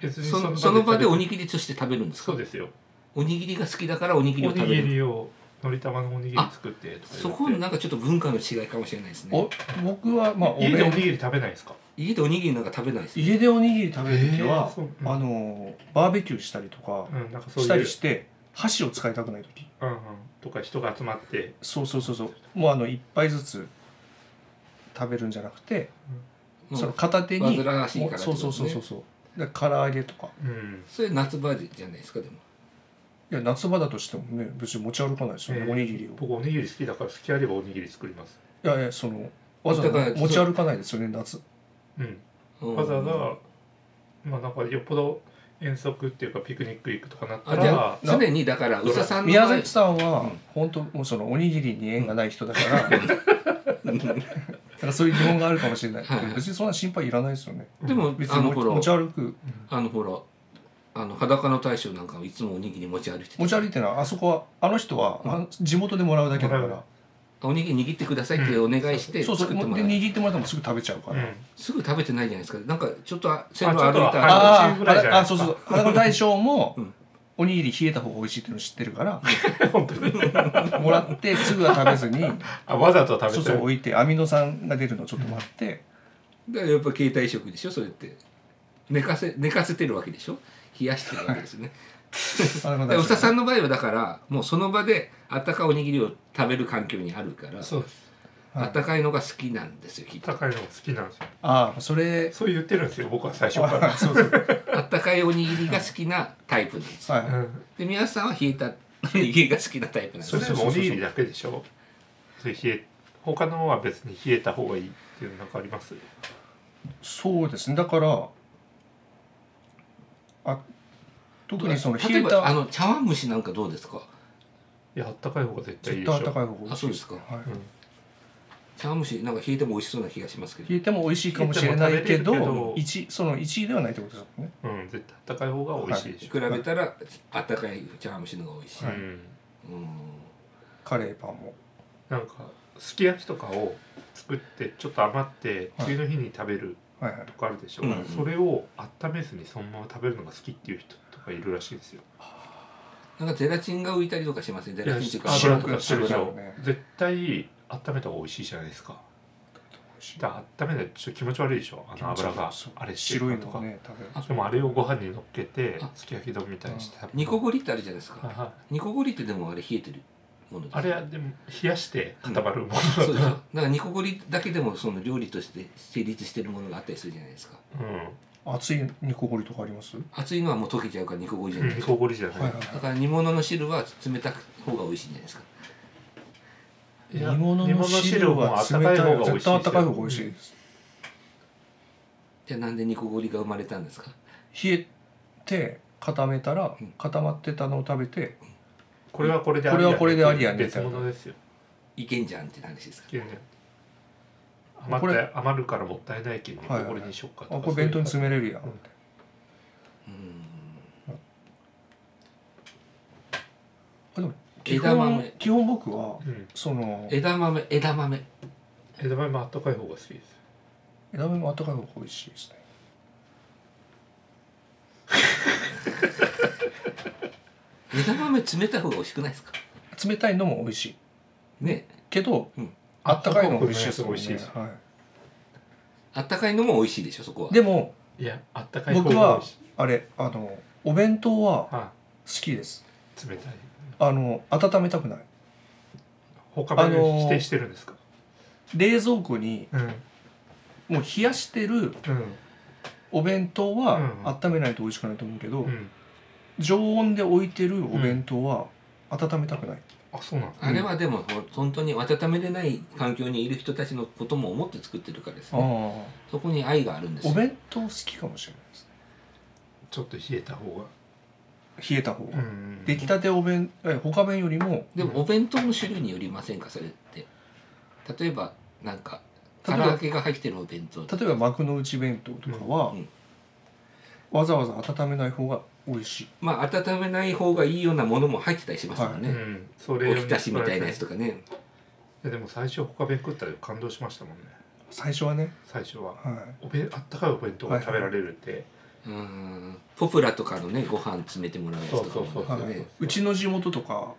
Speaker 2: 別に
Speaker 3: そのその場でおに
Speaker 2: ぎり
Speaker 3: ぎりとして食べるんです
Speaker 2: そ
Speaker 3: か
Speaker 2: うですよ
Speaker 3: おにぎりが好きだからおに
Speaker 2: お
Speaker 3: ぎりを
Speaker 2: に
Speaker 3: 食べ
Speaker 2: ぎ
Speaker 3: る
Speaker 2: りをのり玉のおにぎり作ってとか
Speaker 3: そこ
Speaker 2: 言って
Speaker 3: なんかちょっと文化の違いかもしれないですね
Speaker 4: お僕はまあ
Speaker 2: 家でおに
Speaker 4: 俺
Speaker 2: ぎり食べないですか
Speaker 3: 家でおにぎりなんか食べないですね
Speaker 4: 家でおにぎり食べる時
Speaker 2: えー
Speaker 4: は、
Speaker 2: そううん
Speaker 4: あのバーベキューしたりとか
Speaker 2: うんなんかそう
Speaker 4: し
Speaker 2: い
Speaker 4: た
Speaker 2: う
Speaker 4: りして箸を使いたくない時
Speaker 2: うんうんとか人が集まって
Speaker 4: そうそうそうそうもうあの一杯ずつ食べるんじゃなくて、
Speaker 3: もう
Speaker 4: その片手に
Speaker 3: 煩わしいからって
Speaker 4: そ
Speaker 3: こ
Speaker 4: う
Speaker 3: と
Speaker 4: そうそうそ
Speaker 3: ですね
Speaker 4: うそうだから唐揚げとか
Speaker 2: うん
Speaker 3: それ夏場じゃないですかでも
Speaker 4: いや夏場だとしてもね別に持ち歩かないですよ
Speaker 2: え
Speaker 4: ね、
Speaker 2: ー
Speaker 4: おにぎりを
Speaker 2: 僕おにぎり好きだから好きあればおにぎり作ります
Speaker 4: いやいやそのわざわ
Speaker 3: だか
Speaker 4: ざ
Speaker 3: ら
Speaker 4: 持ち歩かないですよね夏
Speaker 2: うん
Speaker 3: うん
Speaker 2: わざわざまあなんかよっぽど遠足っていうかピクニック行くとかなった
Speaker 3: あじゃ
Speaker 2: ら
Speaker 3: あ常にだから宇佐さんの場合
Speaker 4: 宮崎さんは、
Speaker 3: うん
Speaker 4: 本当もうそのおにぎりに縁がない人だから、 だからそういう疑問があるかもしれない、
Speaker 3: はい
Speaker 4: 別にそんな心配いらないですよね
Speaker 3: でも
Speaker 4: 別
Speaker 3: あ
Speaker 4: に
Speaker 3: の
Speaker 4: 持ち持
Speaker 3: 頃
Speaker 4: ち歩く
Speaker 3: あのほらあの裸の大将なんかはいつもおにぎり持ち歩いてた
Speaker 4: 持ち歩いてるのはあそこはあの人は、あの地元でもらうだけだか
Speaker 2: もらう
Speaker 4: ら
Speaker 3: おにぎり握ってくださいってお願いして
Speaker 4: そう
Speaker 3: 作
Speaker 4: そ
Speaker 3: っ
Speaker 4: うで
Speaker 3: てもらう
Speaker 4: 握ってもらってもすぐ食べちゃうか
Speaker 2: う
Speaker 4: ら、
Speaker 2: ん
Speaker 3: すぐ食べてないじゃないですかなんかちょっとあ線路
Speaker 2: ちょ
Speaker 3: 歩
Speaker 2: っと
Speaker 3: い
Speaker 2: は
Speaker 3: た後
Speaker 4: あ
Speaker 2: 中
Speaker 4: ー
Speaker 2: ぐらいじゃ
Speaker 4: あ
Speaker 2: ない
Speaker 4: あ
Speaker 2: です
Speaker 4: そう
Speaker 2: か
Speaker 4: そう裸の大将も、
Speaker 3: うん
Speaker 4: おにぎり冷えた方が美味しいっていうの知ってるから
Speaker 2: 本当に
Speaker 4: もらってすぐは 食べずに
Speaker 2: あわざと食べて
Speaker 4: そうそう置いてアミノ酸が出るのをちょっと待 って、
Speaker 3: だからやっぱ携帯食でしょそれって寝かせ寝かせてるわけでしょ冷やしてるわけですね
Speaker 4: 裸の
Speaker 3: で
Speaker 4: 大
Speaker 3: 宇
Speaker 4: 将
Speaker 3: 佐さんの場合はだからもうその場であったかいおにぎりを食べる環境にあるから
Speaker 2: そうです
Speaker 3: あったかいのが好きなんですよきっと
Speaker 2: 高いのが好きなんですよ
Speaker 4: ああそれ
Speaker 2: そう言ってるんですよ僕は最初か
Speaker 4: あ そうそう
Speaker 3: あったかいおにぎりが好きなタイプなんですよ
Speaker 4: は
Speaker 2: ら、う
Speaker 4: い
Speaker 2: ん、
Speaker 3: で宮内さんは冷えたおにぎりが好きなタイプなん
Speaker 2: そ
Speaker 3: ですよ
Speaker 2: れでもおにぎりだけでしょそれ冷え他のは別に冷えた方がいいっていうのなんかあります
Speaker 4: そうですねだからあ特にその
Speaker 3: 例
Speaker 4: 冷
Speaker 3: え
Speaker 4: え
Speaker 3: ばあ
Speaker 4: た
Speaker 3: の茶碗蒸しなんかどうですか
Speaker 2: いやあったかい方が絶対いい
Speaker 4: 絶
Speaker 2: でし
Speaker 4: 対
Speaker 2: ょ
Speaker 4: 暖かい方が美味しい
Speaker 3: あそうですか
Speaker 4: はい
Speaker 2: うん
Speaker 3: 茶碗蒸しなんか冷えても美味しそうな気がしますけど
Speaker 4: 冷えても美味しいかもしれないけど
Speaker 2: 冷えても食べれるけど
Speaker 4: 一その1位ではないってことですもんね
Speaker 2: うん、絶対暖かい方が美味しいでし
Speaker 3: 比べたらあったかい茶碗蒸しの方が美味しい、
Speaker 2: ょ、
Speaker 4: はい
Speaker 2: うん、
Speaker 3: うん
Speaker 4: カレーパンも
Speaker 2: なんかすき焼きとかを作ってちょっと余って
Speaker 4: はい
Speaker 2: 冬の日に食べる
Speaker 4: はいはい
Speaker 2: とかあるでしょ、
Speaker 3: うん
Speaker 2: それを温めずにそのまま食べるのが好きっていう人とかいるらしいですよ
Speaker 3: なんかゼラチンが浮いたりとかしますねゼ
Speaker 2: い
Speaker 3: ラ
Speaker 2: や
Speaker 3: チンっていうか
Speaker 2: 油
Speaker 3: 油
Speaker 2: と
Speaker 3: と
Speaker 2: か
Speaker 3: か
Speaker 2: してるでしょ
Speaker 4: 油ね
Speaker 2: 絶対温めた方が美味しいじゃないですかだから温めないとちょっと気持ち悪いでしょあの油が
Speaker 4: そう
Speaker 2: あれしてる
Speaker 4: 白い
Speaker 2: と
Speaker 4: の
Speaker 2: か
Speaker 4: がね食べる
Speaker 3: あ
Speaker 2: でもあれをご飯に乗っけて
Speaker 3: あ
Speaker 2: すき焼き丼みたいにして食べる
Speaker 3: ニコゴリってあるじゃないですか
Speaker 2: は
Speaker 3: ニコゴリってでもあれ冷えてるものです
Speaker 2: あれはでも冷やして固まるものだ
Speaker 3: そうですだから煮こごりだけでもその料理として成立してるものがあったりするじゃないですか
Speaker 4: 熱い煮こごりとかあります、
Speaker 3: 熱いのはもう溶けちゃうから煮こごりじゃ
Speaker 2: う
Speaker 3: なんいですか
Speaker 2: 煮こごりじゃない、
Speaker 4: はい
Speaker 3: だ
Speaker 4: は
Speaker 3: から煮物の汁は冷たく方が美味しいんじゃないですか
Speaker 4: い、
Speaker 2: いや
Speaker 4: 煮物の汁は冷たい方が絶対温かい方が美味しいです、
Speaker 3: じゃあなんで煮こごりが生まれたんですか
Speaker 4: 冷えて固めたら
Speaker 3: うん
Speaker 4: 固まってたのを食べて
Speaker 2: これはこれで
Speaker 4: これはこれでありやね
Speaker 2: 別物ですよ
Speaker 3: いけんじゃんって話ですか
Speaker 2: 牛乳余
Speaker 4: こ
Speaker 2: っ
Speaker 4: れ
Speaker 2: て余るからもったいないけど、
Speaker 4: はいはい
Speaker 2: これにしよっかと
Speaker 4: あ
Speaker 2: か
Speaker 4: これ弁当に
Speaker 2: そういう
Speaker 4: 詰めれるやん
Speaker 2: うん
Speaker 3: うん
Speaker 4: あでも基
Speaker 3: 枝豆
Speaker 4: 本基本僕は
Speaker 2: うん、
Speaker 4: その
Speaker 3: 枝豆枝豆
Speaker 2: 枝豆もあったかい方が好きです
Speaker 4: 枝豆も温かい方が美味しいですね
Speaker 3: 枝豆冷たい方が美味しくないですか
Speaker 4: 冷たいのも美味しい
Speaker 3: ね
Speaker 4: けど、
Speaker 3: うん
Speaker 4: あったかいのも美味しいですもんね
Speaker 2: あったかい方
Speaker 4: は、
Speaker 3: あったかいのも美味しいでしょそこはい
Speaker 4: でも
Speaker 2: いやあったかい
Speaker 4: 僕はあれあのお弁当は好
Speaker 2: は
Speaker 4: きです
Speaker 2: い冷たい
Speaker 4: あの温めたくない
Speaker 2: 他まで
Speaker 4: あのー
Speaker 2: 否定してるんですか、
Speaker 4: 冷蔵庫に
Speaker 2: うんうん
Speaker 4: もう冷やしてるお弁当
Speaker 2: う
Speaker 4: は
Speaker 2: ん
Speaker 4: 温めないと美味しくないと思うけど、
Speaker 2: うん
Speaker 4: 常温で置いてるお弁当は温めたくない、
Speaker 2: あそうなんだ
Speaker 3: あれはでもほ本当に温めれない環境にいる人たちのことも思って作ってるからですね
Speaker 4: あ
Speaker 3: そこに愛があるんです
Speaker 4: あお
Speaker 3: よ
Speaker 4: 弁当好きかもしれないですね
Speaker 2: ちょっと冷えた方
Speaker 4: 冷えた方が、
Speaker 2: が、うん
Speaker 4: 出来たてお弁え他弁よりも
Speaker 3: でもお弁当の種類によりませんかそれって例えばなんか
Speaker 4: 例
Speaker 3: 唐
Speaker 4: えば
Speaker 3: 揚げが入ってるお弁当
Speaker 4: 例えば幕の内弁当とかは、
Speaker 3: うんうん
Speaker 4: わざわざ温めない方が美味しい
Speaker 3: まあ温めない方がいいようなものも入ってたりしますから
Speaker 2: う
Speaker 3: ね、
Speaker 2: ん、そ
Speaker 3: お
Speaker 2: れ
Speaker 3: ひたしみたいなやつとかね
Speaker 2: いやでも最初他弁食ったら感動しましたもんね
Speaker 4: 最初はね、
Speaker 2: 最初は
Speaker 4: は
Speaker 2: おべあったかいお弁当が食べられるって、
Speaker 3: うんポプラとかのねご飯詰めてもらうやつとかも
Speaker 2: そうそう
Speaker 4: そう
Speaker 3: ね
Speaker 4: はいうちの地元とか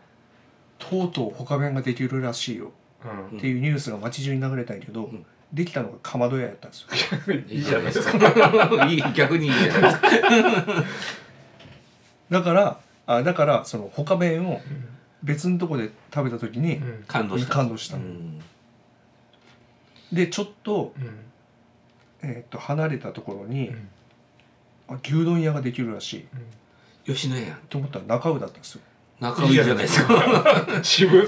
Speaker 4: とうとう他弁ができるらしいよ
Speaker 2: うん、
Speaker 4: っていうニュースが街中に流れたんやけど、
Speaker 3: うん
Speaker 4: できたのがかまど屋やったんですよ
Speaker 2: いいじゃないですか
Speaker 3: か いい逆にいいじゃ ないですか
Speaker 4: だからあだからその他弁を
Speaker 2: うん
Speaker 4: 別のとこで食べた時
Speaker 2: う
Speaker 4: に
Speaker 2: ん
Speaker 3: 感動した
Speaker 4: 感動した、
Speaker 3: うん
Speaker 4: でちょっと,、
Speaker 2: うん
Speaker 4: えー、と離れたところに、
Speaker 2: うん
Speaker 4: あ牛丼屋ができるらしい
Speaker 3: 吉野家やん
Speaker 4: と思ったら中尾だったんですよ
Speaker 3: 仲いいじゃないですか
Speaker 2: うん渋い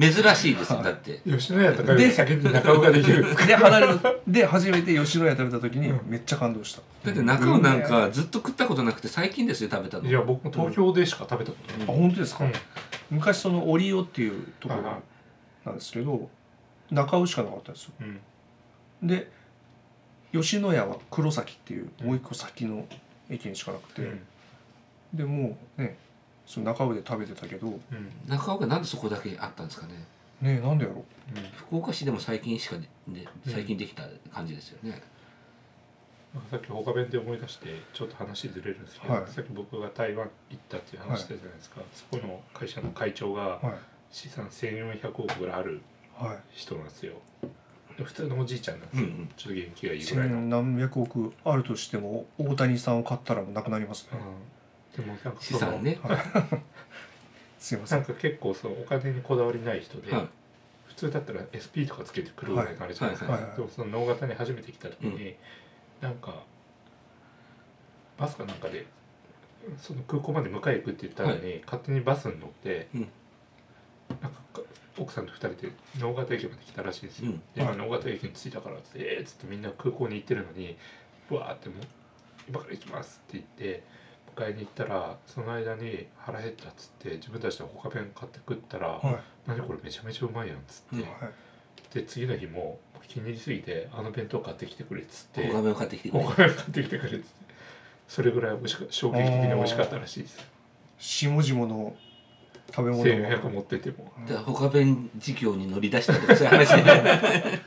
Speaker 3: 珍しいですよだって
Speaker 2: 吉野家とかより先に中尾ができる
Speaker 4: で離れるで初めて吉野家食べた時に
Speaker 2: うん
Speaker 4: めっちゃ感動した、
Speaker 3: だって中尾なんかずっと食ったことなくて最近ですよ食べたの
Speaker 2: いや僕も東京でしか食べたことない、
Speaker 4: あ本当ですか、
Speaker 2: うん
Speaker 4: 昔そのオリオっていうところ
Speaker 2: はいはい
Speaker 4: なんですけど中尾しかなかったんですよ
Speaker 2: うん
Speaker 4: で吉野家は黒崎っていうもう一個先の駅にしかなくて、
Speaker 2: うん
Speaker 4: でもうねその中尾で食べてたけどね
Speaker 2: うんうん
Speaker 3: 中尾がなんでそこだけあったんですかね
Speaker 4: えなんでやろ
Speaker 3: 福岡市でも最近しかでで最近できた感じですよね、
Speaker 2: さっき他弁で思い出してちょっと話ずれるんですけど、
Speaker 4: はい
Speaker 2: さっき僕が台湾行ったっていう話したじゃないですか、そこの会社の会長が
Speaker 4: うは
Speaker 2: 資産1400億ぐらいある
Speaker 4: いはい
Speaker 2: 人なんですよで普通のおじいちゃんなんで
Speaker 3: うん
Speaker 2: す
Speaker 3: う
Speaker 2: よ、ちょっと
Speaker 3: ん、
Speaker 2: 元気がいいぐらいの、
Speaker 4: 千何百億あるとしても大谷さんを買ったらもうなくなりますね、
Speaker 2: うん、でもなんか
Speaker 3: 資
Speaker 2: その
Speaker 3: 産ね、
Speaker 4: すいませ
Speaker 2: なんんか結構そのお金にこだわりない人で、
Speaker 3: はい
Speaker 2: 普通だったら SP とかつけてくるぐらいのあれじゃないですか、
Speaker 4: はいはいはい
Speaker 2: でもその能型に初めて来た時に、なんかバスかなんかでその空港まで迎え行くって言ったのに、勝手にバスに乗って、
Speaker 3: うん
Speaker 2: なんか奥さんと二人で能型駅まで来たらしいんです
Speaker 3: う
Speaker 2: よ、
Speaker 3: ん、
Speaker 2: で今能形駅に着いたからっつって「えーっ」つってみんな空港に行ってるのに「わーってもう今から行きます」って言って迎えに行ったらその間に腹減ったっつって自分たちで他弁買って食ったら「
Speaker 4: はい
Speaker 2: 何これめちゃめちゃうまいやん」っつって、
Speaker 3: うん
Speaker 4: はい
Speaker 2: で次の日も気に入りすぎて「あの弁当買ってきてくれ」っつって
Speaker 3: お金を買ってきてくれ
Speaker 2: 他弁買ってきてくれっつってそれぐらい美味しか衝撃的に美味しかったらしいです
Speaker 4: 下々の食べ物が
Speaker 2: 1400持ってても
Speaker 3: だから他弁事業に乗り出したとかそういう話ねだか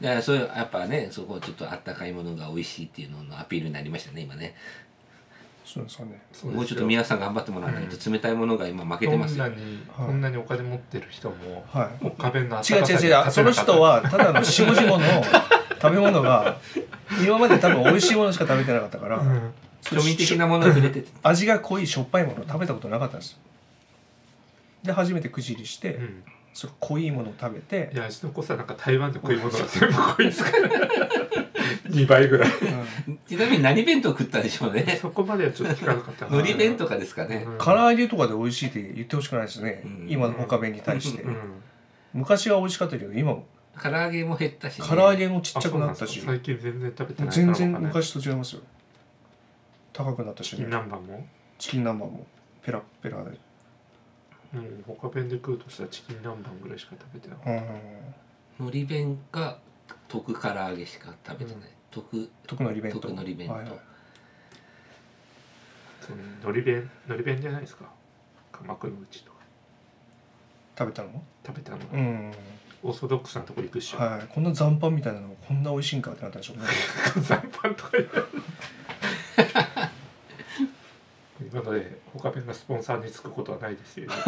Speaker 3: らそういうやっぱねそこはちょっとあったかいものが美味しいっていうののアピールになりましたね今ね
Speaker 4: そうですかね
Speaker 2: そですよ
Speaker 3: もうちょっと皆さん頑張ってもらわないと冷たいものが今負けて
Speaker 2: こん
Speaker 3: ますよ
Speaker 2: なに、
Speaker 4: はい
Speaker 2: こんなにお金持ってる人も
Speaker 4: はい
Speaker 2: 他弁の
Speaker 4: 違う
Speaker 2: 温か
Speaker 4: 違
Speaker 2: さ
Speaker 4: う
Speaker 2: に
Speaker 4: 違うそ
Speaker 2: 勝てなか
Speaker 4: の
Speaker 2: った
Speaker 4: 人はただのしもじもの食べ物が今まで多分美味しいものしか食べてなかったから、
Speaker 2: うん
Speaker 3: 庶民的なものに触れてて
Speaker 4: 味が濃いしょっぱいものを食べたことなかったんですよで初めてくじりして、
Speaker 2: うん、
Speaker 4: それ濃いものを食べて
Speaker 2: い、やうちの子さなんか台湾で食い物が全部こいつ から2倍ぐらい
Speaker 4: うん
Speaker 3: ちなみに何弁当食ったんでしょうね
Speaker 2: そこまではちょっと聞かなかったな
Speaker 3: 海苔弁とかですかね
Speaker 2: うん
Speaker 4: 唐揚げとかで美味しいって言ってほしくないですね、
Speaker 3: うん
Speaker 4: 今の他弁に対して、
Speaker 2: うん
Speaker 4: 昔は美味しかったけど今も
Speaker 3: 唐揚げも減ったしね、
Speaker 4: 唐揚げもちっ
Speaker 2: あ
Speaker 4: ちゃ
Speaker 2: そ
Speaker 4: く
Speaker 2: う
Speaker 4: なん
Speaker 2: で
Speaker 4: っ
Speaker 2: す
Speaker 4: た
Speaker 2: か
Speaker 4: し
Speaker 2: 最近全然食べて
Speaker 4: もう
Speaker 2: ない
Speaker 4: 全然
Speaker 2: 昔
Speaker 4: 昔と違いますよ高くなったしね
Speaker 2: 南蛮も
Speaker 4: チキン南蛮もペラッペラで
Speaker 2: もう他弁で食うとしたらチキン南蛮ぐらいしか食べてない
Speaker 4: うん
Speaker 3: 海苔弁か特唐揚げしか食べてない、特
Speaker 4: 特のり弁当
Speaker 3: 特海苔弁当、
Speaker 4: はいはい
Speaker 2: その海苔弁海苔弁じゃないですか鎌倉のうちとか
Speaker 4: 食べたの
Speaker 2: 食べたのが、
Speaker 4: うん
Speaker 2: オーソドックスなとこ行くっしょ、
Speaker 4: はいこんな残飯みたいなのがこんな美味しいんかってなったでしょうね
Speaker 2: 残飯とか言う今ので他弁がスポンサーにつくことはないですよ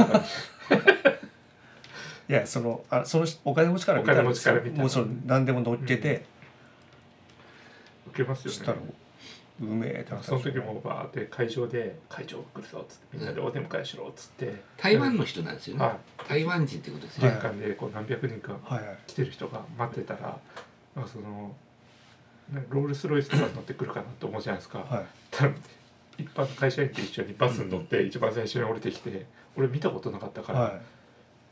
Speaker 4: いやそのあそのお金持ちから見たら
Speaker 2: お金持ちから見たら
Speaker 4: もうその何でも乗っけて、
Speaker 2: 受けます
Speaker 4: そした
Speaker 2: よ
Speaker 4: ら
Speaker 2: ね
Speaker 4: うめえってなった
Speaker 2: その
Speaker 4: でしょうね
Speaker 2: 時もバーって会場で会場来るぞっつってみんなでお出迎えしろっつって、
Speaker 3: 台湾の人なんですよね、
Speaker 2: は
Speaker 3: 台湾人ってことです
Speaker 2: い
Speaker 3: よ
Speaker 2: 玄
Speaker 3: ね、
Speaker 2: 関でこう何百人か
Speaker 4: はいはい
Speaker 2: 来てる人が待ってたらなんかそのねロールスロイスとか乗ってくるかなと思うじゃないですか、
Speaker 4: はい
Speaker 2: ただ一般の会社員と一緒にバスに乗って一番最初に降りてきて俺見たことなかったから、
Speaker 4: は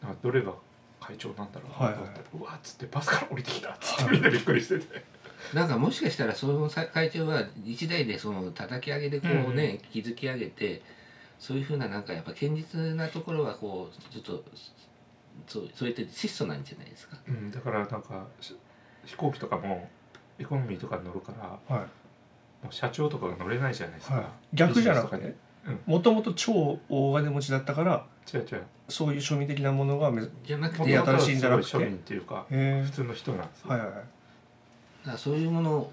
Speaker 2: なんかどれが会長なんだろうなと思ったら
Speaker 4: はいは
Speaker 2: うわっつってバスから降りてきたっつっ
Speaker 4: は
Speaker 2: てみ
Speaker 4: い
Speaker 2: んなびっくりしてて、
Speaker 3: なんかもしかしたらその会長は一代でその叩き上げでこうね、築き上げてそういうふうななんかやっぱ堅実なところはこうちょっとそうそうやって質素なんじゃないですか
Speaker 2: うん、だからなんかし飛行機とかもエコノミーとかに乗るから
Speaker 4: いはい
Speaker 2: もう社長とかが乗れないじゃないですか、
Speaker 4: はい、逆じゃなく
Speaker 2: ビジネ
Speaker 4: て
Speaker 2: スとかね
Speaker 4: もともと超大金持ちだったから
Speaker 2: 違う違う
Speaker 4: そういう庶民的なものがめへ
Speaker 3: じゃなく
Speaker 2: も
Speaker 3: てやっ
Speaker 2: と
Speaker 3: ぱ
Speaker 2: も
Speaker 3: だ
Speaker 2: と
Speaker 4: 新しいんじゃなくて
Speaker 2: すごい庶民っていうか
Speaker 4: え
Speaker 2: 普通の人なんですよ、
Speaker 4: はいはいはい
Speaker 3: からそういうものを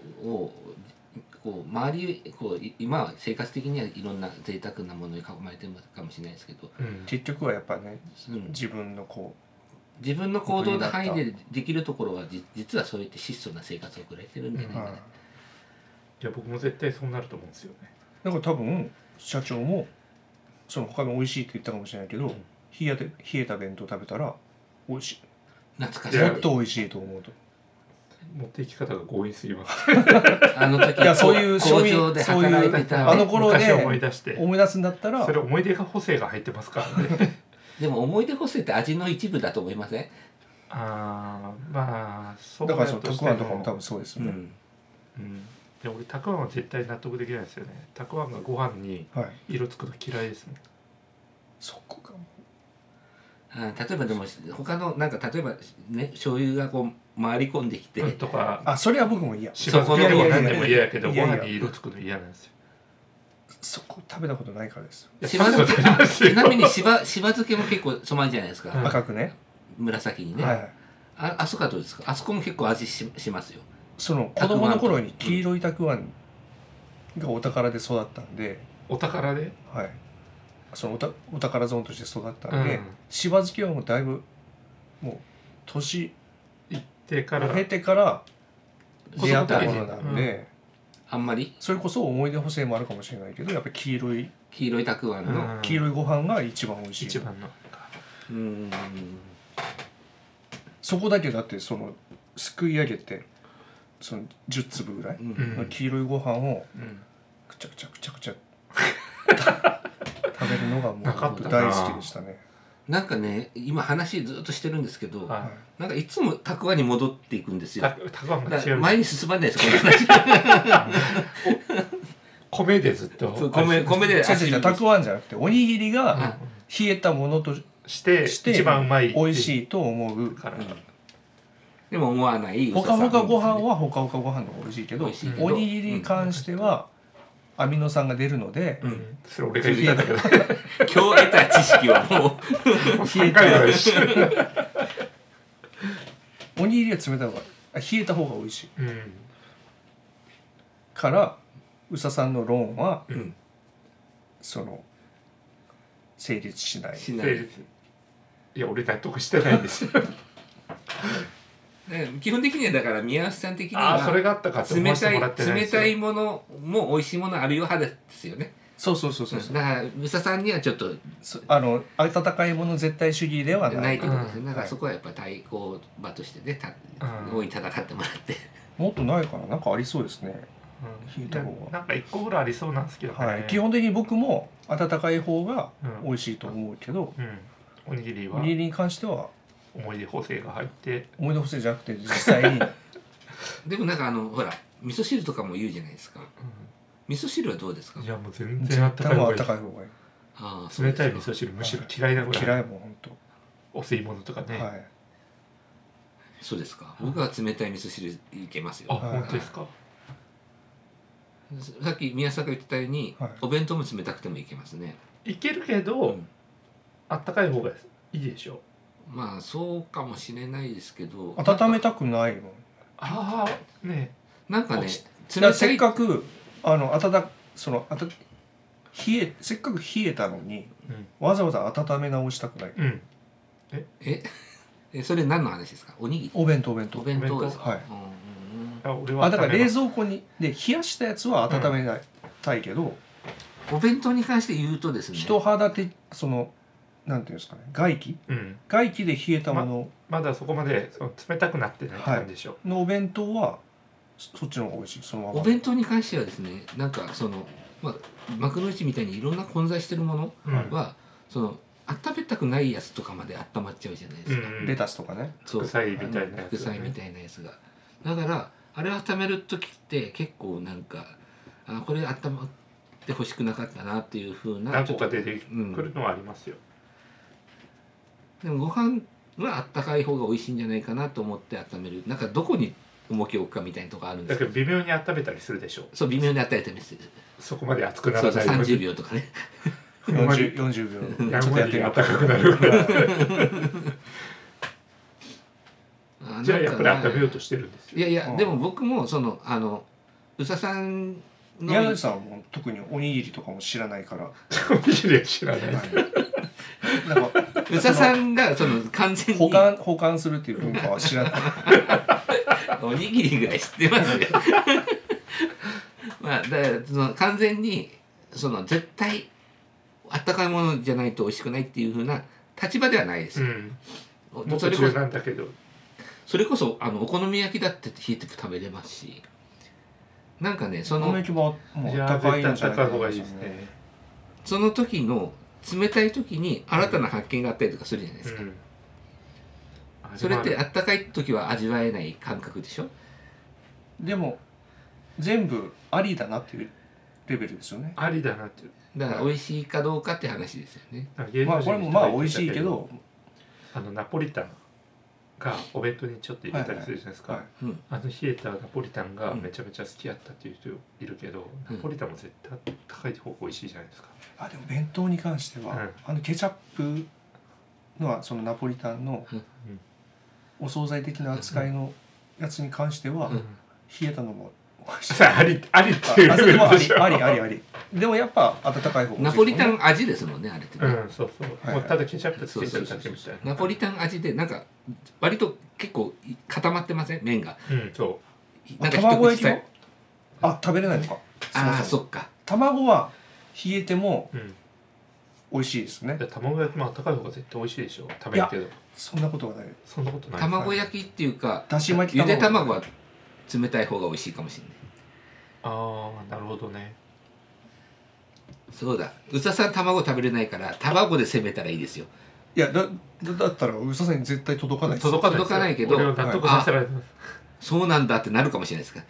Speaker 3: こう周りこうい今は生活的にはいろんな贅沢なものに囲まれてるかもしれないですけど、
Speaker 2: うん、
Speaker 4: 結局はやっぱね
Speaker 3: うん
Speaker 4: 自分のこ
Speaker 3: 自分の行動の範囲でできるところはじ実はそうやって質素な生活を送られてるんじゃな
Speaker 4: う、
Speaker 3: いか
Speaker 4: は
Speaker 3: な、
Speaker 4: い、
Speaker 2: いや僕も絶対そうなると思うんですよね
Speaker 4: だから多分社長もその他の美味しいって言ったかもしれないけど、
Speaker 2: うん
Speaker 4: 冷えて冷えた弁当食べたら美味し
Speaker 3: 懐かし
Speaker 4: い
Speaker 3: い
Speaker 2: いや
Speaker 4: もっと美味しいと思うと
Speaker 2: 持っていき方が強引すぎます
Speaker 3: あの時
Speaker 4: いやそういう
Speaker 3: 工
Speaker 4: 庶民
Speaker 3: 場で
Speaker 4: そういう
Speaker 3: 働いてた
Speaker 4: あの頃ね
Speaker 2: 昔思い出して
Speaker 4: 思い出すんだったら
Speaker 2: それ思い出が補正が入ってますからね
Speaker 3: でも思い出補正って味の一部だと思いません、
Speaker 2: あーまあそう
Speaker 4: だからその
Speaker 2: として
Speaker 4: たくあんとかも多分そうです
Speaker 3: う
Speaker 4: よね、
Speaker 3: ん、
Speaker 2: うんで俺たくあんは絶対納得できないですよねたくあんがご飯に
Speaker 4: はい
Speaker 2: 色つくの嫌いですもん
Speaker 4: そこかも
Speaker 3: あ例えばでも他のなんか例えばね醤油がこう回り込んできて、
Speaker 2: とか
Speaker 4: あそれは僕も嫌
Speaker 2: しば漬けでも何でも嫌やけど
Speaker 4: い
Speaker 2: ご
Speaker 4: やいやいや
Speaker 2: 飯に色つくの嫌なんですよ
Speaker 4: そこ食べたことないからですよ
Speaker 2: いや
Speaker 3: しば
Speaker 2: 食べたこ
Speaker 3: 漬け
Speaker 2: とない
Speaker 3: あ
Speaker 2: ですよ
Speaker 3: ちな みにしばしば漬けも結構染まるじゃないですか、
Speaker 2: うん
Speaker 4: 赤くね、
Speaker 3: 紫にね、
Speaker 4: はい
Speaker 3: ああそこはどうですかあそこも結構味ししますよ
Speaker 4: その子供の頃に黄色いたくあんがお宝で育ったんで、
Speaker 2: お宝で、
Speaker 4: はい、そのおたお宝ゾーンとして育った
Speaker 2: うん
Speaker 4: んで、しば漬けはもうだいぶもう年
Speaker 2: 行ってから
Speaker 4: を経てから出会ったものなんで、
Speaker 3: あんまり
Speaker 4: それこそ思い出補正もあるかもしれないけどやっぱり黄色い
Speaker 3: 黄色いたくあんの、
Speaker 2: うん
Speaker 4: 黄色いご飯が一番美味しい、
Speaker 2: 一番の
Speaker 3: うーん
Speaker 4: そこだけだってそのすくい上げてその10粒ぐらい
Speaker 3: うん
Speaker 2: うん
Speaker 4: の黄色いご飯を
Speaker 2: うん
Speaker 4: くちゃくちゃくちゃくちゃ食べるのがもう
Speaker 2: なか
Speaker 3: ったな
Speaker 4: 大好きでしたね。
Speaker 3: なんかね今話ずっとしてるんですけど、
Speaker 2: はい
Speaker 3: なんかいつもたくあんに戻っていくんですよ
Speaker 2: たたくあんが
Speaker 3: だか
Speaker 2: 違
Speaker 3: ら
Speaker 2: う
Speaker 3: 前に進まないですこの話
Speaker 2: 米でずっと
Speaker 3: そう米米で
Speaker 4: 違う違う違うたくあんじゃなくておにぎり
Speaker 2: うん
Speaker 4: が冷えたものと
Speaker 2: して
Speaker 4: して
Speaker 2: 一番うまい
Speaker 4: 美味しいと思う
Speaker 2: から、
Speaker 3: うんでも思わない
Speaker 4: ほかほかご飯はほかほかご飯の方が美味しいけ
Speaker 3: 美
Speaker 4: ど
Speaker 3: 味しいけど
Speaker 4: おにぎりに関してはアミノ酸が出るので
Speaker 2: うんそれ俺が言ったんだ けど
Speaker 3: 今日得た知識はも
Speaker 2: 3回ぐらいしてる
Speaker 4: おにぎりは冷たい方があ冷えた方が美味しい
Speaker 2: うん
Speaker 4: から宇佐さんの論は
Speaker 3: う、うん、
Speaker 4: その成立しない
Speaker 3: し
Speaker 2: 成
Speaker 3: ない
Speaker 2: 立いや俺納得してないんです よ
Speaker 3: だから基本的にはだから宮内さん的に
Speaker 2: ああそれ
Speaker 3: は
Speaker 2: があったかって思
Speaker 3: 冷
Speaker 2: わせ
Speaker 3: た
Speaker 2: てもらってない
Speaker 3: い
Speaker 2: んで
Speaker 3: 冷
Speaker 2: すよ
Speaker 3: たいものも美味しいものあるよ派ですよね
Speaker 4: そうそうそうそうそう
Speaker 3: だから武蔵さんにはちょっと
Speaker 4: そあの温かいもの絶対主義では
Speaker 3: な
Speaker 4: ないい
Speaker 3: ということですね、
Speaker 2: うん
Speaker 3: だから
Speaker 4: はい
Speaker 3: そこはやっぱ対抗馬としてねた
Speaker 2: うん
Speaker 3: 大いに戦ってもらって、
Speaker 4: もっとないからなんかありそうですね
Speaker 2: う
Speaker 4: 聞い
Speaker 2: ん
Speaker 4: た方
Speaker 2: な
Speaker 4: が
Speaker 2: なんか一個ぐらいありそうなんですけどね、
Speaker 4: はい基本的に僕も温かい方が
Speaker 2: うん
Speaker 4: 美味しいと思うけど
Speaker 2: うんおにぎり
Speaker 4: お
Speaker 2: は
Speaker 4: にぎりに関しては
Speaker 2: 思い出補正が入って
Speaker 4: 思い出補正じゃなくて実際に
Speaker 3: でもなんかあのほら味噌汁とかも言うじゃないですか味噌汁はどうですか
Speaker 2: いやもう全
Speaker 4: 絶
Speaker 2: 然あったか
Speaker 4: 対
Speaker 2: い
Speaker 4: も
Speaker 2: 方
Speaker 4: う温か
Speaker 2: が
Speaker 4: い方がいい
Speaker 3: ああそう
Speaker 2: 冷
Speaker 3: です
Speaker 2: た
Speaker 3: か
Speaker 2: い味噌汁むしろ嫌いなぐらい
Speaker 4: 嫌いもん本当
Speaker 2: お吸い物とかね、
Speaker 4: はい
Speaker 3: そうですか僕は冷たい味噌汁いけます
Speaker 2: あ、
Speaker 3: よ
Speaker 2: 本当ですか
Speaker 3: さっき宮坂が言ってたように、
Speaker 4: はい
Speaker 3: お弁当も冷たくてもいけますね、
Speaker 2: いけるけど、
Speaker 3: うん
Speaker 2: あったかい方がいいでしょう
Speaker 3: まあそうかもしれないですけど
Speaker 4: 温めたくないもん
Speaker 2: ああね
Speaker 3: なんかね
Speaker 2: 落ち
Speaker 4: だか
Speaker 3: 冷
Speaker 4: ら
Speaker 3: た
Speaker 4: せっ
Speaker 3: い
Speaker 4: かくあの温かそのあた冷えせっかく冷えたのに
Speaker 2: うん
Speaker 4: わざわざ温め直したくない
Speaker 2: うん
Speaker 3: ええそれ何の話ですかおにぎり
Speaker 4: お弁当お弁
Speaker 3: お
Speaker 4: 当
Speaker 3: 弁当ですか、
Speaker 4: はい
Speaker 3: うんうんうん
Speaker 2: あ俺は
Speaker 4: あだか
Speaker 2: 食
Speaker 4: ら
Speaker 2: べ
Speaker 4: 冷
Speaker 2: ます
Speaker 4: 蔵庫にで冷やしたやつは温めない、たいけど
Speaker 3: お弁当に関して言うとですね
Speaker 4: 人肌でそのなんていうんですかね外気
Speaker 2: うん
Speaker 4: 外気で冷えたもの
Speaker 2: まだそこまでその冷たくなってない感じでしょ、
Speaker 4: のお弁当はそそっちの方が美味しいそのまま
Speaker 3: お弁当に関してはですねなんかその、まあ、幕の内みたいにいろんな混在してるもの
Speaker 2: うん
Speaker 3: は、その温めたくないやつとかまで温まっちゃうじゃないですか、
Speaker 2: うん
Speaker 4: レタスとかね
Speaker 3: そう
Speaker 2: 副菜みたいなやつ
Speaker 3: あの副菜みたいなやつがだからあれを温める時って結構なんかあこれ温まってほしくなかったなっていうふうな
Speaker 2: 何個か出てくるのはありますよ、
Speaker 3: でもご飯はあったかい方が美味しいんじゃないかなと思って温めるなんかどこに重きを置くかみたいなとこあるんで
Speaker 2: だ
Speaker 3: す
Speaker 2: け
Speaker 3: け
Speaker 2: ど
Speaker 3: ど
Speaker 2: 微妙に温めたりするでしょ
Speaker 3: そう微妙に与えてます
Speaker 2: そこまで熱くな
Speaker 3: そ
Speaker 2: ら
Speaker 3: うそう
Speaker 2: ない
Speaker 3: 30秒とかね
Speaker 2: んまに
Speaker 4: 40, 40秒
Speaker 2: や
Speaker 4: ちょ
Speaker 2: ん
Speaker 4: っと
Speaker 2: わ
Speaker 4: やって
Speaker 2: り温
Speaker 4: みよ
Speaker 2: かくなる
Speaker 4: う
Speaker 3: あ
Speaker 2: じゃあやっぱり温めよう
Speaker 3: と
Speaker 2: としてるんですよ
Speaker 3: いやいや、
Speaker 4: うん
Speaker 3: でも僕もそのあの宇佐さんの
Speaker 4: 宮崎さんはもう特におにぎりとかも知らないから
Speaker 2: おにぎりは知らないです
Speaker 4: なんか
Speaker 3: 宇佐さんがその完 全
Speaker 4: 保
Speaker 3: に
Speaker 4: 管保管するっていう文化は知 らない
Speaker 3: おにぎりぐらい知ってますよ まあだからその完全にその絶対あったかいものじゃないと美味しくないっていう風な立場ではないです
Speaker 2: う
Speaker 3: よ、
Speaker 2: ん
Speaker 3: お
Speaker 2: もっ
Speaker 3: そ
Speaker 2: と
Speaker 3: れこ
Speaker 2: 中
Speaker 3: そ
Speaker 2: なんだけど
Speaker 3: それこそあのお好み焼きだって冷えて食べれますしなんかねそ
Speaker 4: この
Speaker 3: の
Speaker 4: 駅はも
Speaker 2: いうや
Speaker 4: 高いん
Speaker 2: 絶
Speaker 4: じゃ
Speaker 2: 対高
Speaker 4: ないか
Speaker 2: い方が
Speaker 4: ない
Speaker 2: いですね、
Speaker 3: その時の冷たい時に新たな発見があったりとかするじゃないで
Speaker 2: う
Speaker 3: すか、
Speaker 2: ん、
Speaker 3: それって
Speaker 2: あ
Speaker 3: あったかい時は味わえない感覚でしょ
Speaker 4: でも全部ありだなっていうレベルですよね
Speaker 2: ありだなっていう
Speaker 3: だから美味しいかどうかって話ですよね
Speaker 2: なんか芸能
Speaker 4: まあこ
Speaker 2: 人
Speaker 4: れ
Speaker 2: の人
Speaker 4: もま
Speaker 2: が
Speaker 4: あ
Speaker 2: 言ってた
Speaker 4: 美味しいけど
Speaker 2: あのナポリタンがお弁当にちょっと入れたりするじゃないですか、
Speaker 4: はいは
Speaker 3: うん
Speaker 2: あの冷えたナポリタンがめちゃめちゃ好きやったっていう人いるけど、
Speaker 3: うん
Speaker 2: ナポリタンも絶対高い方が美味しいじゃないですか、
Speaker 4: あでも弁当に関しては、
Speaker 2: うん
Speaker 4: あのケチャップのはそのナポリタンの
Speaker 3: うん
Speaker 4: お惣菜的な扱いのやつに関しては、
Speaker 3: うん
Speaker 4: 冷えたのも美味しい
Speaker 2: さあありありっていう
Speaker 4: あそ れもあ
Speaker 2: で
Speaker 4: り
Speaker 2: しょ
Speaker 4: ありありありでもやっぱ温かい方が美味しいですね、
Speaker 3: ナポリタン味ですもんねあれってね、
Speaker 2: うんそうそう、
Speaker 4: はい
Speaker 2: もうただケチャップつ
Speaker 3: そう
Speaker 2: けて
Speaker 3: そう
Speaker 2: る
Speaker 3: そ
Speaker 2: だ
Speaker 3: う
Speaker 2: け
Speaker 3: そう
Speaker 2: みたいな
Speaker 3: ナポリタン味でなんか割と結構固まってません麺が
Speaker 2: うんそ
Speaker 3: なんか
Speaker 4: 卵焼き
Speaker 3: さ
Speaker 4: もあ食べれないのか
Speaker 3: ああー
Speaker 4: そ
Speaker 3: そ
Speaker 4: も
Speaker 3: っか
Speaker 4: 卵は冷えても
Speaker 2: う、うん、
Speaker 4: 美味しいですね
Speaker 2: で卵焼きもあったかい方が絶対美味しいでしょ食べるけど
Speaker 4: そんなことはない
Speaker 2: そんなことない
Speaker 3: 卵焼きっていうか
Speaker 4: だし巻き
Speaker 3: ゆ
Speaker 4: 卵
Speaker 3: で卵は冷たい方が美味しいかもしれない
Speaker 2: ああなるほどね
Speaker 3: そうだ宇佐さん卵食べれないから卵で攻めたらいいですよ
Speaker 4: いやだだだったら宇佐さんに絶対届かないです
Speaker 2: 届かないですよ
Speaker 3: 届かないけど
Speaker 2: 俺を納得させられます
Speaker 3: そうなんだってなるかもしれないですから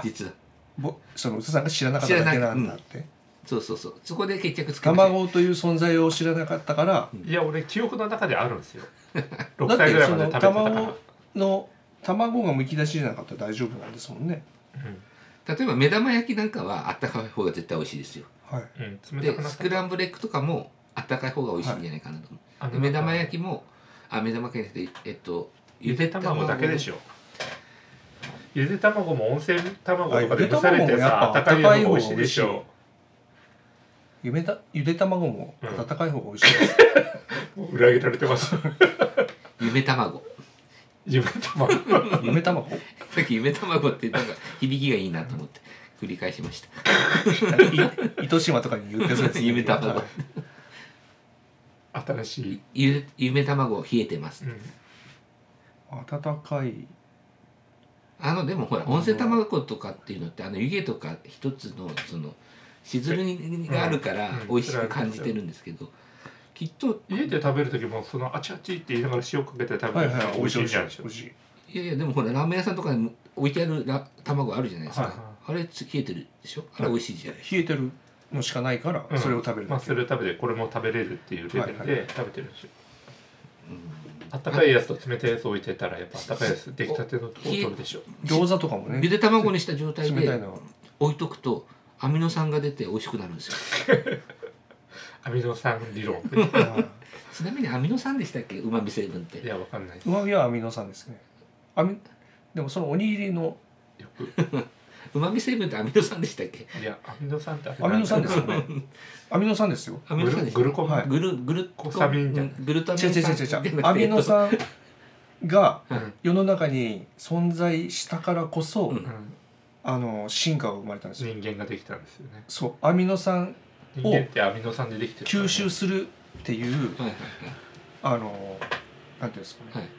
Speaker 4: あ
Speaker 3: 実は
Speaker 4: ぼその宇佐さんが知らなかっただけなんだって、
Speaker 3: そうそうそうそこで決着つけましょう
Speaker 4: 卵という存在を知らなかったから
Speaker 2: いや俺記憶の中であるんですよ
Speaker 4: だ
Speaker 2: 6
Speaker 4: っ
Speaker 2: 歳ぐら
Speaker 4: て
Speaker 2: い
Speaker 4: そ
Speaker 2: まで
Speaker 4: の
Speaker 2: 食べてたから、うん
Speaker 4: 卵の卵がむき出しじゃなかったら大丈夫なんですもんね
Speaker 3: 例えば目玉焼きなんかはあったかい方が絶対美味しいですよ
Speaker 4: はい
Speaker 2: うん、冷た
Speaker 3: で
Speaker 2: くなっ
Speaker 3: ス
Speaker 2: た
Speaker 3: クランブルエッグとかもあったかい方が美味しいんじゃないかなと思う、
Speaker 2: あ
Speaker 3: で目玉焼きもあ目玉焼きでえっと
Speaker 2: ゆで卵だけでし
Speaker 3: ょ
Speaker 2: ょゆで卵も温泉卵とか
Speaker 4: あ
Speaker 2: で
Speaker 4: ゆで
Speaker 2: 蒸されて
Speaker 4: 卵もや
Speaker 2: さ
Speaker 4: っぱ
Speaker 2: あったかいのが美
Speaker 4: 温かい方が
Speaker 2: 味しいでしょ
Speaker 4: ゆめたゆで卵も
Speaker 2: うん
Speaker 4: 温かい方が美味しい です、
Speaker 2: もう裏切られてます
Speaker 3: 夢卵
Speaker 2: ゆで卵
Speaker 4: ゆめ卵
Speaker 3: さっき夢卵ってなんか響きがいいなと思って繰り返しました
Speaker 4: なんかい糸島とかに言ってそうです、ね、
Speaker 3: 夢卵
Speaker 2: 新しい、
Speaker 3: ゆ夢卵冷えてます
Speaker 2: うん、
Speaker 4: 温かい
Speaker 3: あのでもほら温泉卵とかっていうのってあの湯気とか一つのそのしずるがあるから
Speaker 2: うん
Speaker 3: 美味しく感じてるんですけどきっと
Speaker 2: 家で食べる時もそのあちあちって言いながら塩かけて食べ
Speaker 4: はい
Speaker 2: るの
Speaker 4: は
Speaker 2: が
Speaker 4: い
Speaker 2: 美味しいじゃないですか
Speaker 4: 美味しい
Speaker 3: いやいやでもほらラーメン屋さんとかに置いてあるラ卵あるじゃないですか、
Speaker 2: はいは
Speaker 3: あれつ冷えてるでしょあれ美味しいじゃない
Speaker 4: 冷えてるのしかないから
Speaker 2: うん
Speaker 4: それを食べる
Speaker 2: ま
Speaker 4: だ
Speaker 2: あ、
Speaker 4: け、
Speaker 2: それを食べてこれも食べれるっていうレベル
Speaker 4: はいは
Speaker 2: で食べてるんですよ、
Speaker 3: うん
Speaker 2: あったかいやつと冷たいやつ置いてたらやっぱあったかいやつ出来たてのとこ取るでしょ
Speaker 4: 餃子とかも
Speaker 3: ゆ
Speaker 4: ね
Speaker 3: で卵にした状態
Speaker 4: 冷たい
Speaker 3: で
Speaker 4: のは
Speaker 3: 置いとくとアミノ酸が出て美味しくなるんで すよ
Speaker 2: アミノ酸理 論
Speaker 3: ちなみにアミノ酸でしたっけうまみ成分っ
Speaker 2: い
Speaker 3: て
Speaker 2: やわかんないです
Speaker 4: うまみはアミノ酸ですねアミでもそのおにぎりの
Speaker 2: よく
Speaker 3: うまみ成分ってアミノ酸でしたっけ
Speaker 2: いやアミノ酸ってあれ
Speaker 4: アミノ酸ですよね
Speaker 2: なんか
Speaker 4: アミノ酸ですよ
Speaker 3: アミ
Speaker 2: グ
Speaker 3: ノ酸
Speaker 2: ル
Speaker 3: でし
Speaker 2: グ
Speaker 3: た
Speaker 2: ルコン、
Speaker 4: はい
Speaker 3: グルグルコ
Speaker 2: コサミンじゃない
Speaker 3: グルタミン
Speaker 4: 違う
Speaker 3: 酸
Speaker 4: 違う違
Speaker 3: じゃな
Speaker 4: う
Speaker 3: く
Speaker 4: 違う
Speaker 3: て
Speaker 4: アミノ酸が
Speaker 2: うん
Speaker 4: 世の中に存在したからこそ、
Speaker 3: うん
Speaker 2: うん
Speaker 4: あの進化が生まれたんですよ、
Speaker 2: 人間ができたんですよね
Speaker 4: そうアミノ酸
Speaker 2: 人間ってアミノ酸でできてるからね
Speaker 4: 吸収するっていう
Speaker 3: はいは
Speaker 4: あのなんていうんですかね、
Speaker 3: はい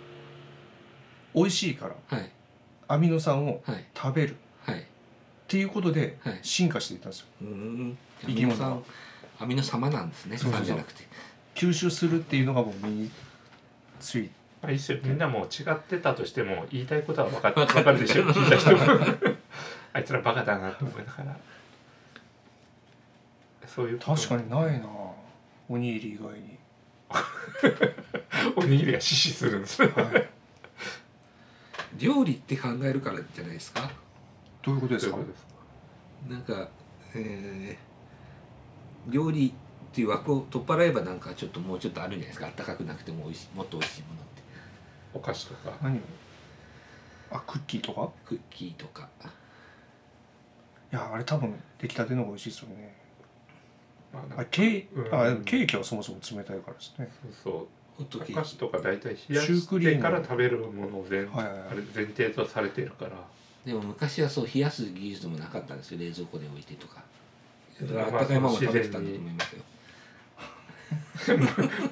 Speaker 4: 美味しいから
Speaker 3: いはい
Speaker 4: アミノ酸を
Speaker 3: はい
Speaker 4: 食べるっ
Speaker 3: はい
Speaker 4: ていうことで
Speaker 3: はい
Speaker 4: 進化していったんですよ
Speaker 3: うーんア
Speaker 4: 生
Speaker 3: ミ
Speaker 4: き
Speaker 3: ノ
Speaker 4: 物は
Speaker 3: 酸アミノ様なんですね
Speaker 4: そうそうそう
Speaker 3: 酸じゃなくて
Speaker 4: 吸収するっていうのがもう身につい
Speaker 2: まあ一緒みんなもう違ってたとしても言いたいことは分かっ
Speaker 3: 分
Speaker 2: 分
Speaker 3: かる
Speaker 2: かるでしょ聞いた人 もあいつらバカだなと思いながらそういうこと
Speaker 4: 確かにないなおにぎり以外に、
Speaker 2: おにぎりが死死するんです
Speaker 4: はい、
Speaker 3: 料理って考えるからじゃないですか
Speaker 4: どういうことですか
Speaker 2: そういうことです
Speaker 3: なんか、えー料理っていう枠を取っ払えばなんかちょっともうちょっとあるんじゃないですかあったかくなくても美味しいもっと美味しいものって
Speaker 2: お菓子とか
Speaker 4: 何あクッキーとか
Speaker 3: クッキーとか
Speaker 4: いやあれ多分出来たての方が美味しいですよね
Speaker 2: まあなん
Speaker 4: あ
Speaker 2: か
Speaker 4: ケーキ、
Speaker 2: うん
Speaker 4: あでもケーキはそもそも冷たいからですね
Speaker 2: そう
Speaker 3: ホット
Speaker 2: そう
Speaker 3: ケ
Speaker 2: お
Speaker 3: ー
Speaker 2: 菓
Speaker 3: キ
Speaker 2: 子とか大体冷や
Speaker 4: シューク
Speaker 2: し
Speaker 4: リー
Speaker 2: て
Speaker 4: ム
Speaker 2: から食べるものを前,、
Speaker 4: はいはいはい
Speaker 2: あれ前提とされてるから
Speaker 3: でも昔はそう冷やす技術もなかったんですよ冷蔵庫で置いてとかだからあ
Speaker 2: まあ
Speaker 3: ったかいまま食べてたんだと思いますよ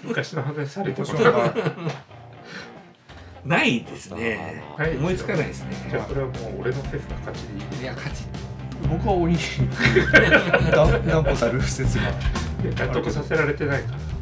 Speaker 2: 昔の話されても
Speaker 4: 面白いな
Speaker 3: ないですね
Speaker 2: ないですよ
Speaker 3: 思いつかないですね
Speaker 2: じゃあこれはもう俺の説が勝ちでいい
Speaker 3: いや勝ち
Speaker 4: 僕はおにぎり断断固たる説が
Speaker 2: 納得させられてないから